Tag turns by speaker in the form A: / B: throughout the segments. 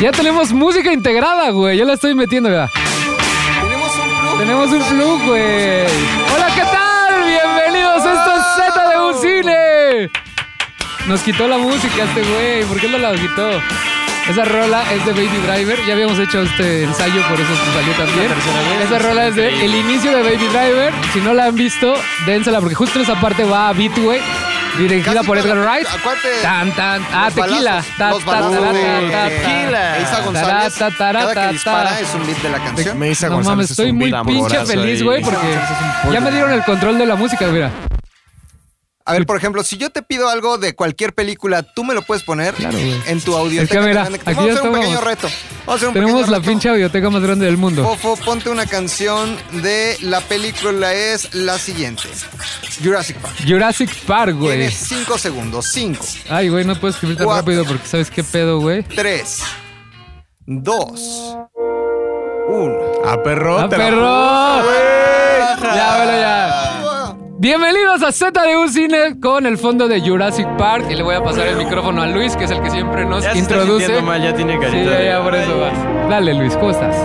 A: Ya tenemos música integrada, güey. Yo la estoy metiendo, ¿verdad?
B: Tenemos un club.
A: Tenemos un plug, güey. Hola, ¿qué tal? Bienvenidos, esto es Z de un cine. Nos quitó la música este güey. ¿Por qué no la quitó? Esa rola es de Baby Driver. Ya habíamos hecho este ensayo, por eso salió también. Esa rola es de el inicio de Baby Driver. Si no la han visto, dénsela, porque justo en esa parte va a Beat, güey. Dirigida
B: Casi
A: por
B: para-
A: Edgar Wright.
B: acuérdate,
A: Tan, tan. Ah,
B: los
A: tequila.
B: balazos,
A: Ta,
B: los
A: ta,
B: balazos
A: ta,
B: de
A: ta, ta, ta.
C: Tequila.
B: Isa González.
A: Tarata, tarata,
B: cada que dispara
A: tarata.
B: es un beat de la canción.
C: Me dice
A: No
C: González,
A: mames,
C: es
A: estoy
C: un
A: muy
C: beat eh,
A: pinche
C: amoroso
A: feliz,
C: ahí.
A: güey, porque ya me dieron el control de la música, mira.
B: A ver, por ejemplo, si yo te pido algo de cualquier película, ¿tú me lo puedes poner
A: Claro, güey.
B: en tu audioteca?
A: Es que mira,
B: grande?
A: aquí
B: Vamos a
A: ya
B: hacer un pequeño
A: estamos.
B: reto. Vamos a hacer un
A: Tenemos
B: pequeño
A: la
B: reto.
A: pinche biblioteca más grande del mundo.
B: Fofo, ponte una canción de la película es la siguiente. Jurassic Park.
A: Jurassic Park, güey.
B: Tienes 5 segundos. 5,
A: Ay, güey, no puedo escribir tan
B: Cuatro.
A: rápido porque sabes qué pedo, güey.
B: 3, 2, 1.
C: ¡A perro!
A: ¡Ah,
C: te la-
A: perro! Ya, bueno, ya. Bienvenidos a Z de un cine con el fondo de Jurassic Park. Y le voy a pasar el micrófono a Luis, que es el que siempre nos
C: Ya se está
A: introduce.
C: sintiendo mal, ya tiene carita
A: sí, ya,
C: de-
A: ya, por eso
C: Ay.
A: va. Dale, Luis, ¿cómo estás?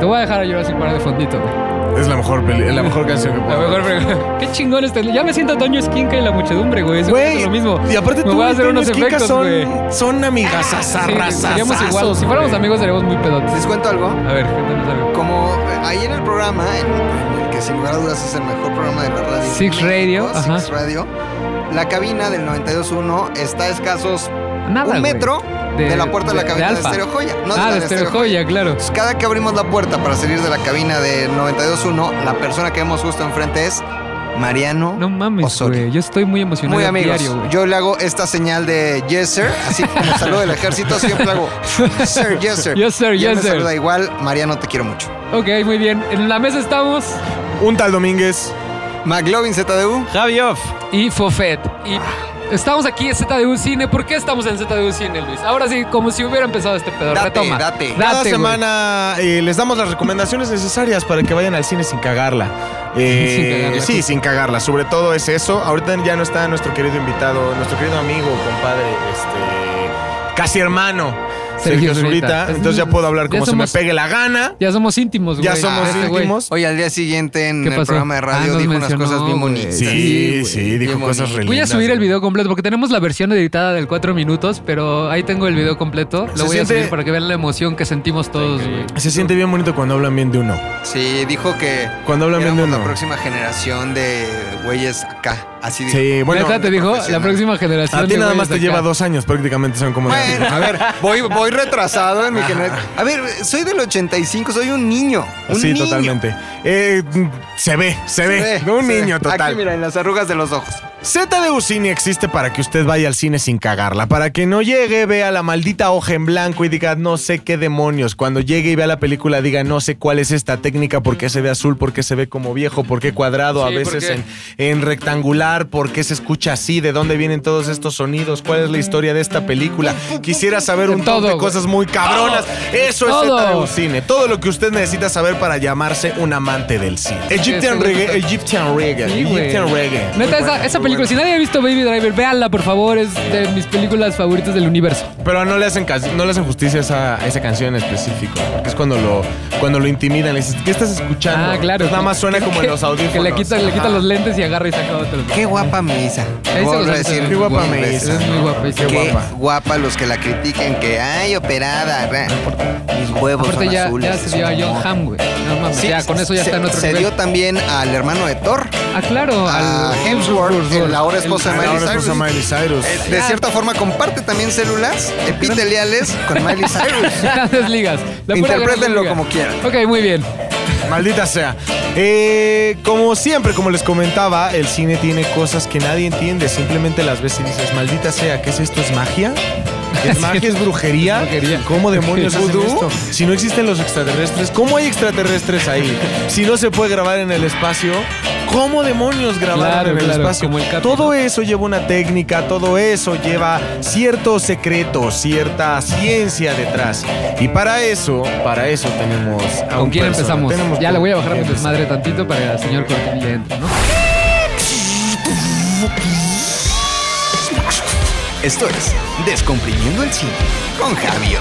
A: Te voy a dejar a Jurassic Park de fondito, güey.
C: Es la mejor, peli- es la mejor canción que
A: La
C: puedo.
A: mejor pregunta. Qué chingón este. Ya me siento Toño Esquinca y la muchedumbre, güey. Eso
C: Güey,
A: es lo mismo.
C: Y aparte
A: me
C: tú
A: voy a
C: y
A: hacer
C: Toño
A: unos
C: Esquinca
A: efectos,
C: son,
A: güey.
C: son amigas azarras,
A: Sí, seríamos igual. Si fuéramos amigos, seríamos muy pedotes.
B: ¿Les cuento algo?
A: A ver, cuéntanos algo.
B: Como eh, ahí en el programa, en, en el que sin lugar a dudas es el mejor programa de la radio. en
A: Six
B: México,
A: Radio,
B: Six
A: ajá.
B: Radio. La cabina del 92.1 está a escasos
A: Nada, Ah, güey.
B: un metro de, la puerta de, la cabina de,
A: Alfa.
B: Stereo Joya. No
A: ah,
B: la
A: de Stereo Joya, claro.
B: Entonces, Cada que abrimos la puerta para salir de la cabina de 92.1, la persona que vemos justo enfrente es Mariano
A: No mames,
B: Osorio.
A: güey. Yo estoy muy emocionado.
B: Muy amigos.
A: diario, güey.
B: yo le hago esta señal de yes, sir. Así como saludo del ejército, siempre hago sir, yes, sir.
A: Yes, sir,
B: Y él
A: yes,
B: me
A: sir.
B: saluda igual. Mariano, te quiero mucho.
A: Ok, muy bien. En la mesa estamos.
C: Un tal Domínguez.
B: McLovin ZDU.
C: Javi Off.
A: Y Fofet. Y estamos aquí en Z de un cine. ¿Por qué estamos en Z de un cine, Luis? Ahora sí, como si hubiera empezado este pedo.
B: Date,
A: Retoma.
B: date.
A: Date,
C: Cada
A: güey.
C: semana eh, les damos las recomendaciones necesarias para que vayan al cine sin cagarla. Eh,
A: Sin cagarla,
C: Sí,
A: justo.
C: sin cagarla. Sobre todo es eso. Ahorita ya no está nuestro querido invitado, nuestro querido amigo, compadre, este, casi hermano,
A: Sergio
C: Sergio
A: Zurita.
C: Zurita.
A: Es-
C: Entonces ya puedo hablar
A: ya
C: como
A: somos-
C: se me pegue la gana.
A: Ya somos íntimos, güey.
C: Ya somos
A: Este güey.
C: íntimos.
B: Oye, al día siguiente en
A: ¿Qué
B: el
A: pasó?
B: programa de
A: Ah,
B: radio
A: nos
B: dijo unas
A: mencionó,
B: cosas bien
A: güey.
B: bonitas.
A: Sí,
C: Sí, sí,
A: güey.
C: dijo cosas re
A: Voy a
C: lindas,
A: subir el
C: güey.
A: video completo porque tenemos la versión editada del 4 minutos, pero ahí tengo el video completo. Lo
C: Se
A: voy a
C: siente-
A: subir para que vean la emoción que sentimos todos, güey.
C: Se siente bien bonito cuando hablan bien de uno.
B: Sí, dijo que
C: Cuando hablan bien de
B: éramos
C: uno.
B: la próxima generación de güeyes acá. Así dijo.
C: Sí, bueno.
A: Déjate, dijo, la
B: profesional.
A: próxima generación.
C: A ti
A: de
C: nada
A: güeyes
C: más te
A: acá.
C: lleva dos años prácticamente, son como...
B: Bueno, a ver, voy, voy retrasado en mi generación. A ver, soy del 85, soy un niño. Un
C: sí,
B: niño.
C: totalmente. Eh, se ve, se,
B: Se
C: ve.
B: ve,
C: Un
B: se
C: niño
B: ve.
C: total.
B: Aquí, mira, en las arrugas de los ojos.
C: ZDU Cine existe para que usted vaya al cine sin cagarla, para que no llegue, vea la maldita hoja en blanco y diga no sé qué demonios. Cuando llegue y vea la película diga no sé cuál es esta técnica, por qué se ve azul, por qué se ve como viejo, por qué cuadrado,
A: Sí,
C: a veces
A: porque-
C: en, en rectangular, por qué se escucha así, de dónde vienen todos estos sonidos, cuál es la historia de esta película. Quisiera saber un
A: Todo,
C: montón de
A: güey.
C: cosas muy cabronas. Eso
A: Todo.
C: es ZDU Cine, todo lo que usted necesita saber para llamarse un amante del cine. Egyptian
A: güey
C: Reggae, Egyptian Reggae,
A: Sí, güey.
C: Egyptian Reggae.
A: Neta, esa, esa película, si nadie ha visto Baby Driver, véanla, por favor. Es de mis películas favoritas del universo.
C: Pero no le hacen, cas- no le hacen justicia a esa, a esa canción en específico. Porque es cuando lo, cuando lo intimidan. Le dices, ¿qué estás escuchando?
A: Ah, claro.
C: Pues nada más suena como
A: Que-
C: en los audífonos.
A: Que le quita, le quita
C: Ajá.
A: los lentes y agarra y saca otros.
B: Qué guapa me Isa.
A: Ahí se
B: Vuelvo
A: los
B: a
A: hace,
B: decir,
C: Qué guapa me
B: vuelvo a
C: hizo.
B: decir.
A: Es muy guapa. y sí.
B: Qué
C: guapa.
B: guapa. los que la critiquen que ay operada. re. Mis huevos
A: Aparte
B: son
A: ya,
B: azules.
A: ya se dio a
B: es un
A: John
B: amor.
A: Hamm, güey. No mames,
B: Sí,
A: ya con eso ya
B: se-
A: está en otro
B: Se
A: nivel.
B: dio también al hermano de Thor,
A: Ah, claro.
B: a
A: al-
B: Hemsworth, en la hora esposa de
C: Ahora
B: Miley
C: es cosa
B: Cyrus.
C: Miley Cyrus.
B: De cierta forma comparte también células epiteliales con Miley Cyrus.
A: Grandes ligas. La pura
B: Interprétenlo
A: Grandes Ligas.
B: como quieran.
A: Ok, muy bien.
C: Maldita sea. Eh, como siempre, como les comentaba, el cine tiene cosas que nadie entiende. Simplemente las ves y dices, maldita sea, ¿qué es esto? ¿Es magia? ¿Es magia? ¿Es brujería?
A: Es brujería.
C: ¿Cómo demonios hacen
B: ¿Vudú?
C: esto? Si no existen los extraterrestres, ¿cómo hay extraterrestres ahí? Si no se puede grabar en el espacio, ¿cómo demonios grabar
A: Claro,
C: en el
A: claro,
C: espacio?
A: como el Capi,
C: todo
A: ¿no?
C: eso lleva una técnica, todo eso lleva cierto secreto, cierta ciencia detrás. Y para eso, para eso tenemos a
A: ¿Con
C: un
A: quién
C: persona.
A: empezamos?
C: Tenemos
A: Ya
C: con-
A: le voy a bajar a mi
C: ¿quién
A: desmadre tantito para que el señor Cortinilla entre, ¿no?
B: Esto es Descomprimiendo el Cine con Javio.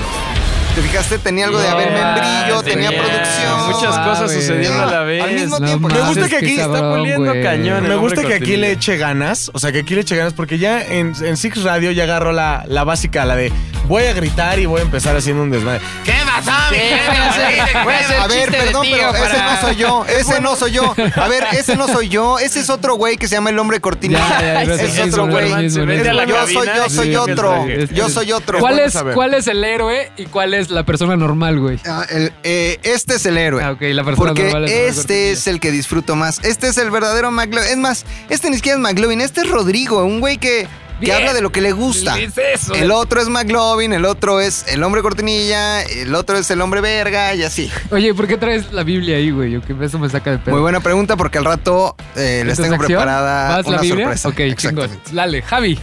B: ¿Te fijaste? Tenía algo de
A: No,
B: haber membrillo,
A: ah,
B: tenía
A: tenía
B: producción.
D: Muchas
A: Ah,
D: cosas
A: güey.
D: sucediendo a la vez.
B: Al mismo
D: No,
B: tiempo.
D: Me
B: nada
D: gusta
B: más.
D: que
A: qué
D: aquí está
A: cabrón,
D: puliendo
A: güey.
D: cañón. el
C: Me gusta
D: hombre
C: que aquí
D: cortinilla.
C: le eche ganas, o sea, que aquí le eche ganas, porque ya en, en Six Radio ya agarró la, la básica, la de voy a gritar y voy a empezar haciendo un desmadre.
E: ¿Qué pasó, mi
B: A ver, perdón, pero ese no soy yo, ese no soy yo. A ver, ese no soy yo, ese es otro güey que se llama el hombre cortinilla.
A: Ya, ya, ya,
B: Ese es
A: gracias,
B: otro güey.
A: gracias, gracias.
B: Yo soy yo, soy
A: Sí,
B: otro.
A: gracias.
B: Yo soy otro.
A: ¿Cuál
C: bueno
A: es,
C: saber.
A: ¿Cuál es el héroe y cuál es la persona normal, güey?
B: Ah, el- eh, este es el héroe.
A: Ah, ok, la persona
B: Porque
A: normal es
B: este es el que disfruto más. Este es el verdadero McLovin. Es más, este ni siquiera es McLovin. Este es Rodrigo, un güey que, que
A: Bien.
B: habla de lo que le gusta.
A: ¿Qué es eso?
B: El otro es McLovin, el otro es el hombre cortinilla, el otro es el hombre verga y así.
A: Oye, ¿por qué traes la Biblia ahí, güey? Yo que eso me saca de pedo.
B: Muy buena pregunta porque al rato eh,
A: ¿Esta
B: les
A: es
B: tengo
A: acción?
B: preparada
A: ¿Vas
B: una
A: la Biblia?
B: sorpresa.
A: Ok, chingón.
B: Exactamente.
A: Dale, Javi.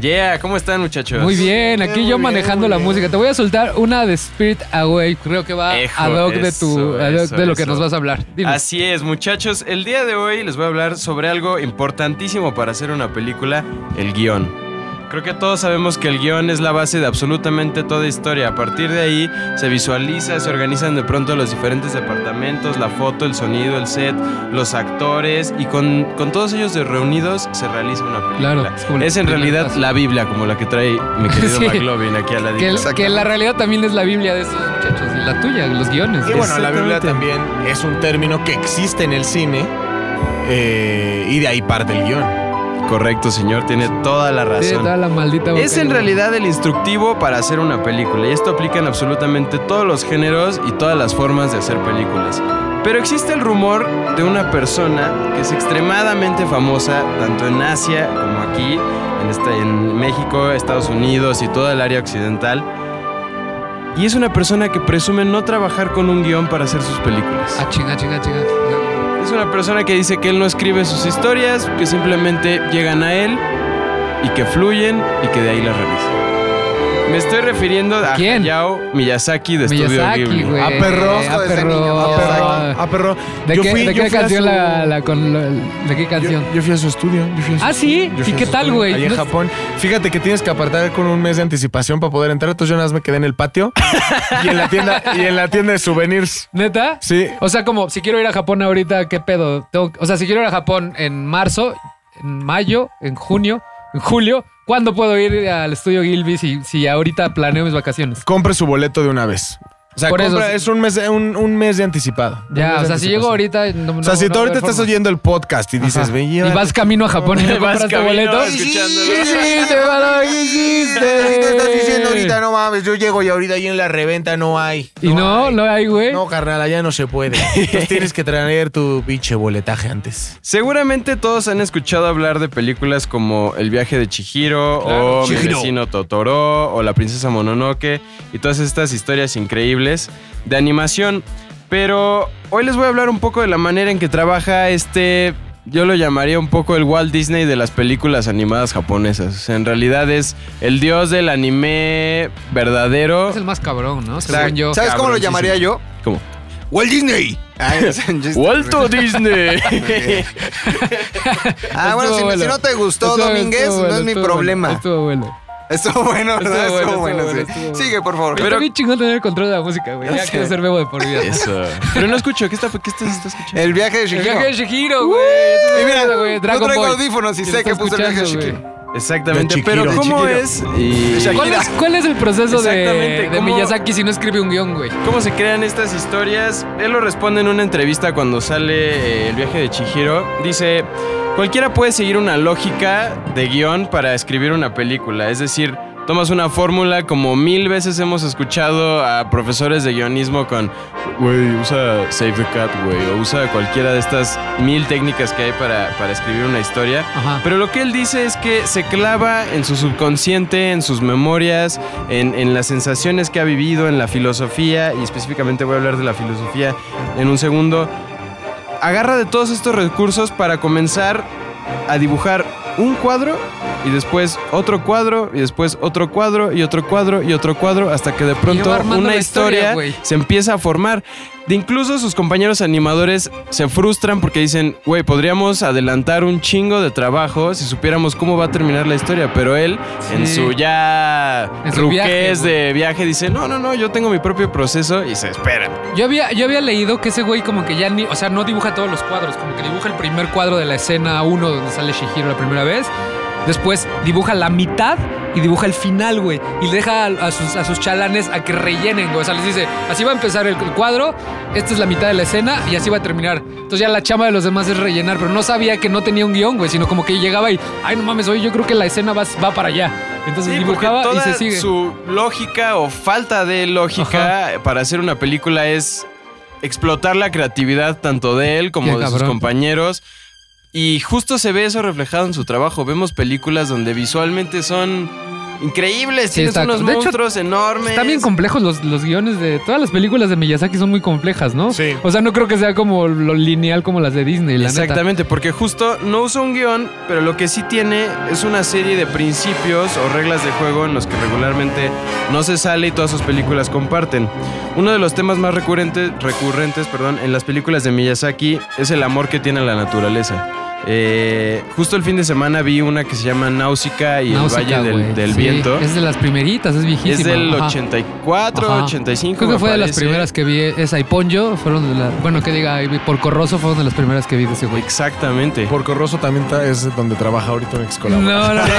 D: Yeah, ¿cómo están, muchachos?
A: Muy bien, aquí
C: muy
A: yo
C: bien,
A: manejando
C: muy
A: la
C: bien.
A: música. Te voy a soltar una de Spirit Away. Creo que va
D: Ejo,
A: ad hoc de tu,
D: eso,
A: ad hoc
D: eso,
A: de lo que
D: eso.
A: nos vas a hablar. Dime.
D: Así es, muchachos. El día de hoy les voy a hablar sobre algo importantísimo para hacer una película, el guión. Creo que todos sabemos que el guión es la base de absolutamente toda historia. A partir de ahí se visualiza, se organizan de pronto los diferentes departamentos, la foto, el sonido, el set, los actores y con, con todos ellos de reunidos se realiza una película.
A: Claro, es como la
D: es en
A: primera
D: realidad
A: fase.
D: la Biblia, como la que trae mi querido
A: Sí.
D: McLovin aquí a la
A: que, el-
B: Exactamente.
A: que la realidad también es la Biblia de estos muchachos y la tuya, los guiones.
C: Y bueno, la Biblia
D: Exactamente.
C: también es un término que existe en el cine eh, y de ahí parte el guión.
D: Correcto, señor, tiene toda la razón.
A: Sí, toda la maldita boca,
D: Es en
A: güey.
D: realidad el instructivo para hacer una película y esto aplica en absolutamente todos los géneros y todas las formas de hacer películas. Pero existe el rumor de una persona que es extremadamente famosa tanto en Asia como aquí, en, este- en México, Estados Unidos y toda el área occidental. Y es una persona que presume no trabajar con un guión para hacer sus películas.
A: Ah, chinga, chinga, chinga.
D: Es una persona que dice que él no escribe sus historias, que simplemente llegan a él y que fluyen y que de ahí las realiza. Me estoy refiriendo a
A: ¿Quién?
D: Hayao Miyazaki de Estudio
A: Miyazaki,
D: Ghibli.
A: güey.
C: A perro,
A: A
B: desde
A: perro.
B: niño, Miyazaki.
C: Ah, perro.
A: ¿De
C: Yo
A: qué,
C: fui-
A: de
C: yo
A: qué
C: fui a
A: canción
C: su-
A: la, la con la- ¿De qué canción?
C: Yo, yo fui a su estudio. yo fui a su
A: Ah, ¿sí?
C: estudio, yo
A: ¿Y
C: fui a
A: qué
C: su
A: tal,
C: estudio,
A: güey?
C: Allá en
A: No-
C: Japón. Fíjate que tienes que apartar con un mes de anticipación para poder entrar. Entonces yo nada más me quedé en el patio y en la tienda, y en la tienda de souvenirs.
A: ¿Neta?
C: Sí.
A: O sea, como si quiero ir a Japón ahorita, ¿qué pedo? Tengo- o sea, si quiero ir a Japón en marzo, en mayo, en junio, en julio, ¿cuándo puedo ir al estudio Gilby si, si ahorita planeo mis vacaciones?
C: Compre su boleto de una vez. O sea,
A: Por eso,
C: compra-
A: sí.
C: es un mes, un, un mes de anticipado. Un
A: Ya,
C: mes
A: o sea,
C: de
A: si
C: anticipación.
A: llego ahorita. no- no-
C: O sea, si
A: no
C: tú
A: va a
C: ahorita
A: haber
C: estás
A: forma.
C: oyendo el podcast y dices,
A: Ajá.
C: ven,
A: Y
C: llévate".
A: vas camino a Japón y no
D: Vas
A: compraste
D: camino,
A: boleto.
D: sí, escuchando.
A: ¿Qué hiciste, mano? ¿Qué hiciste?
C: ¿Qué estás diciendo ahorita? No mames, yo llego y ahorita ahí en la reventa no hay.
A: Y no,
C: hay.
A: no hay, güey.
C: No, carnal, allá no se puede. Entonces tienes que traer tu pinche boletaje antes.
D: Seguramente todos han escuchado hablar de películas como El viaje de Chihiro
A: Claro.
D: o Mi
C: Chihiro.
D: vecino Totoro o La princesa Mononoke y todas estas historias increíbles de animación. Pero hoy les voy a hablar un poco de la manera en que trabaja este, yo lo llamaría un poco el Walt Disney de las películas animadas japonesas. O sea, en realidad es el dios del anime verdadero.
A: Es el más cabrón, ¿no?
D: Exacto.
A: Según yo.
B: ¿Sabes cómo lo
D: Cabroncísimo.
B: llamaría yo?
D: ¿Cómo?
B: Walt Disney. Ah, es un chiste.
D: Walto Disney.
B: Ah, bueno,
A: Estuvo
B: si,
A: bueno.
B: si no te gustó,
A: Estuvo-
B: Domínguez,
A: estuvo
B: no
A: bueno,
B: es mi
A: estuvo
B: problema.
A: bueno, Estuvo bueno.
B: Estuvo bueno, ¿verdad?
A: Estuvo
B: Estuvo
A: bueno,
B: bueno,
A: estuvo
B: sí.
A: bueno, estuvo
B: Sigue, por favor.
A: Está
D: Pero-
A: bien chingón tener el control de la música, güey. Ya quiero ser bebo de por vida.
D: Eso. Pero no escucho, ¿qué, está, qué estás, estás escuchando?
B: El viaje de
A: El
B: Shihiro.
A: viaje de Shihiro, güey. Eso es
B: Y mira,
A: mierda, güey.
B: no
A: Dragon
B: traigo
A: Ball.
B: audífonos
A: Que
B: y sé
A: lo
B: que
A: estás
B: puse el viaje de
A: escuchando,
B: Shihiro.
A: güey.
D: Exactamente,
C: De
D: pero
C: Chihiro, de
D: ¿cómo
C: Chihiro.
D: es? Y-
B: De
A: ¿Cuál es, cuál es el proceso de,
D: Exactamente,
A: de
D: ¿cómo-
A: Miyazaki si no escribe un guión, güey?
D: ¿Cómo se crean estas historias? Él lo responde en una entrevista cuando sale eh, el viaje de Chihiro. Dice, cualquiera puede seguir una lógica de guión para escribir una película. Es decir, tomas una fórmula como mil veces hemos escuchado a profesores de guionismo con, güey, usa Save the Cat, güey, o usa cualquiera de estas mil técnicas que hay para, para escribir una historia.
A: Ajá.
D: Pero lo que él dice es que se clava en su subconsciente, en sus memorias, en, en las sensaciones que ha vivido, en la filosofía, y específicamente voy a hablar de la filosofía en un segundo. Agarra de todos estos recursos para comenzar a dibujar un cuadro y después otro cuadro y después otro cuadro y otro cuadro y otro cuadro hasta que de pronto
A: armando
D: una
A: la historia,
D: historia,
A: güey.
D: se empieza a formar. De incluso sus compañeros animadores se frustran porque dicen, güey, podríamos adelantar un chingo de trabajo si supiéramos cómo va a terminar la historia, pero él en
A: Sí.
D: su ya
A: En su
D: ruqués
A: viaje,
D: de viaje dice, "No, no, no, yo tengo mi propio proceso" y se espera.
A: Yo había, yo había leído que ese güey como que ya ni, o sea, no dibuja todos los cuadros, como que dibuja el primer cuadro de la escena 1 donde sale Shihiro la primera vez, después dibuja la mitad y dibuja el final, güey, y le deja a, a sus, a sus chalanes a que rellenen, güey, o sea, les dice, así va a empezar el, el cuadro, esta es la mitad de la escena y así va a terminar. Entonces ya la chama de los demás es rellenar, pero no sabía que no tenía un guión, güey, sino como que llegaba y, ay, no mames, oye, yo creo que la escena va, va para allá. Entonces
D: Sí, porque
A: dibujaba y
D: toda
A: se sigue.
D: Su lógica o falta de lógica para hacer una película es explotar la creatividad tanto de él
A: Qué
D: como de sus
A: cabrón.
D: compañeros. Y justo se ve eso reflejado en su trabajo. Vemos películas donde visualmente son increíbles,
A: Sí,
D: tienes
A: está-
D: unos
A: de hecho,
D: monstruos enormes.
A: Están bien complejos los, los guiones de. Todas las películas de Miyazaki son muy complejas, ¿no?
C: Sí.
A: O sea, no creo que sea como lo lineal como las de Disney, la neta.
D: Exactamente, porque justo no usa un guión, pero lo que sí tiene es una serie de principios o reglas de juego en los que regularmente no se sale y todas sus películas comparten. Uno de los temas más recurrentes, recurrentes perdón, en las películas de Miyazaki es el amor que tiene a la naturaleza. Eh, justo el fin de semana vi una que se llama Náusica y
A: Náusica,
D: el Valle
A: güey.
D: del, del
A: Sí,
D: Viento.
A: Es de las primeritas, es viejísima.
D: Es del
A: Ajá.
D: 84,
A: Ajá.
D: 85.
A: Creo que
D: me
A: fue de las
D: parece.
A: primeras que vi. Esa y Ponyo fueron de las. Bueno, que diga, y Porco Rosso fueron de las primeras que vi de ese güey.
D: Exactamente.
C: Por Corroso también ta- es donde trabaja ahorita un ex
A: No, no,
C: colaborador.
A: no.
B: ¡Eh,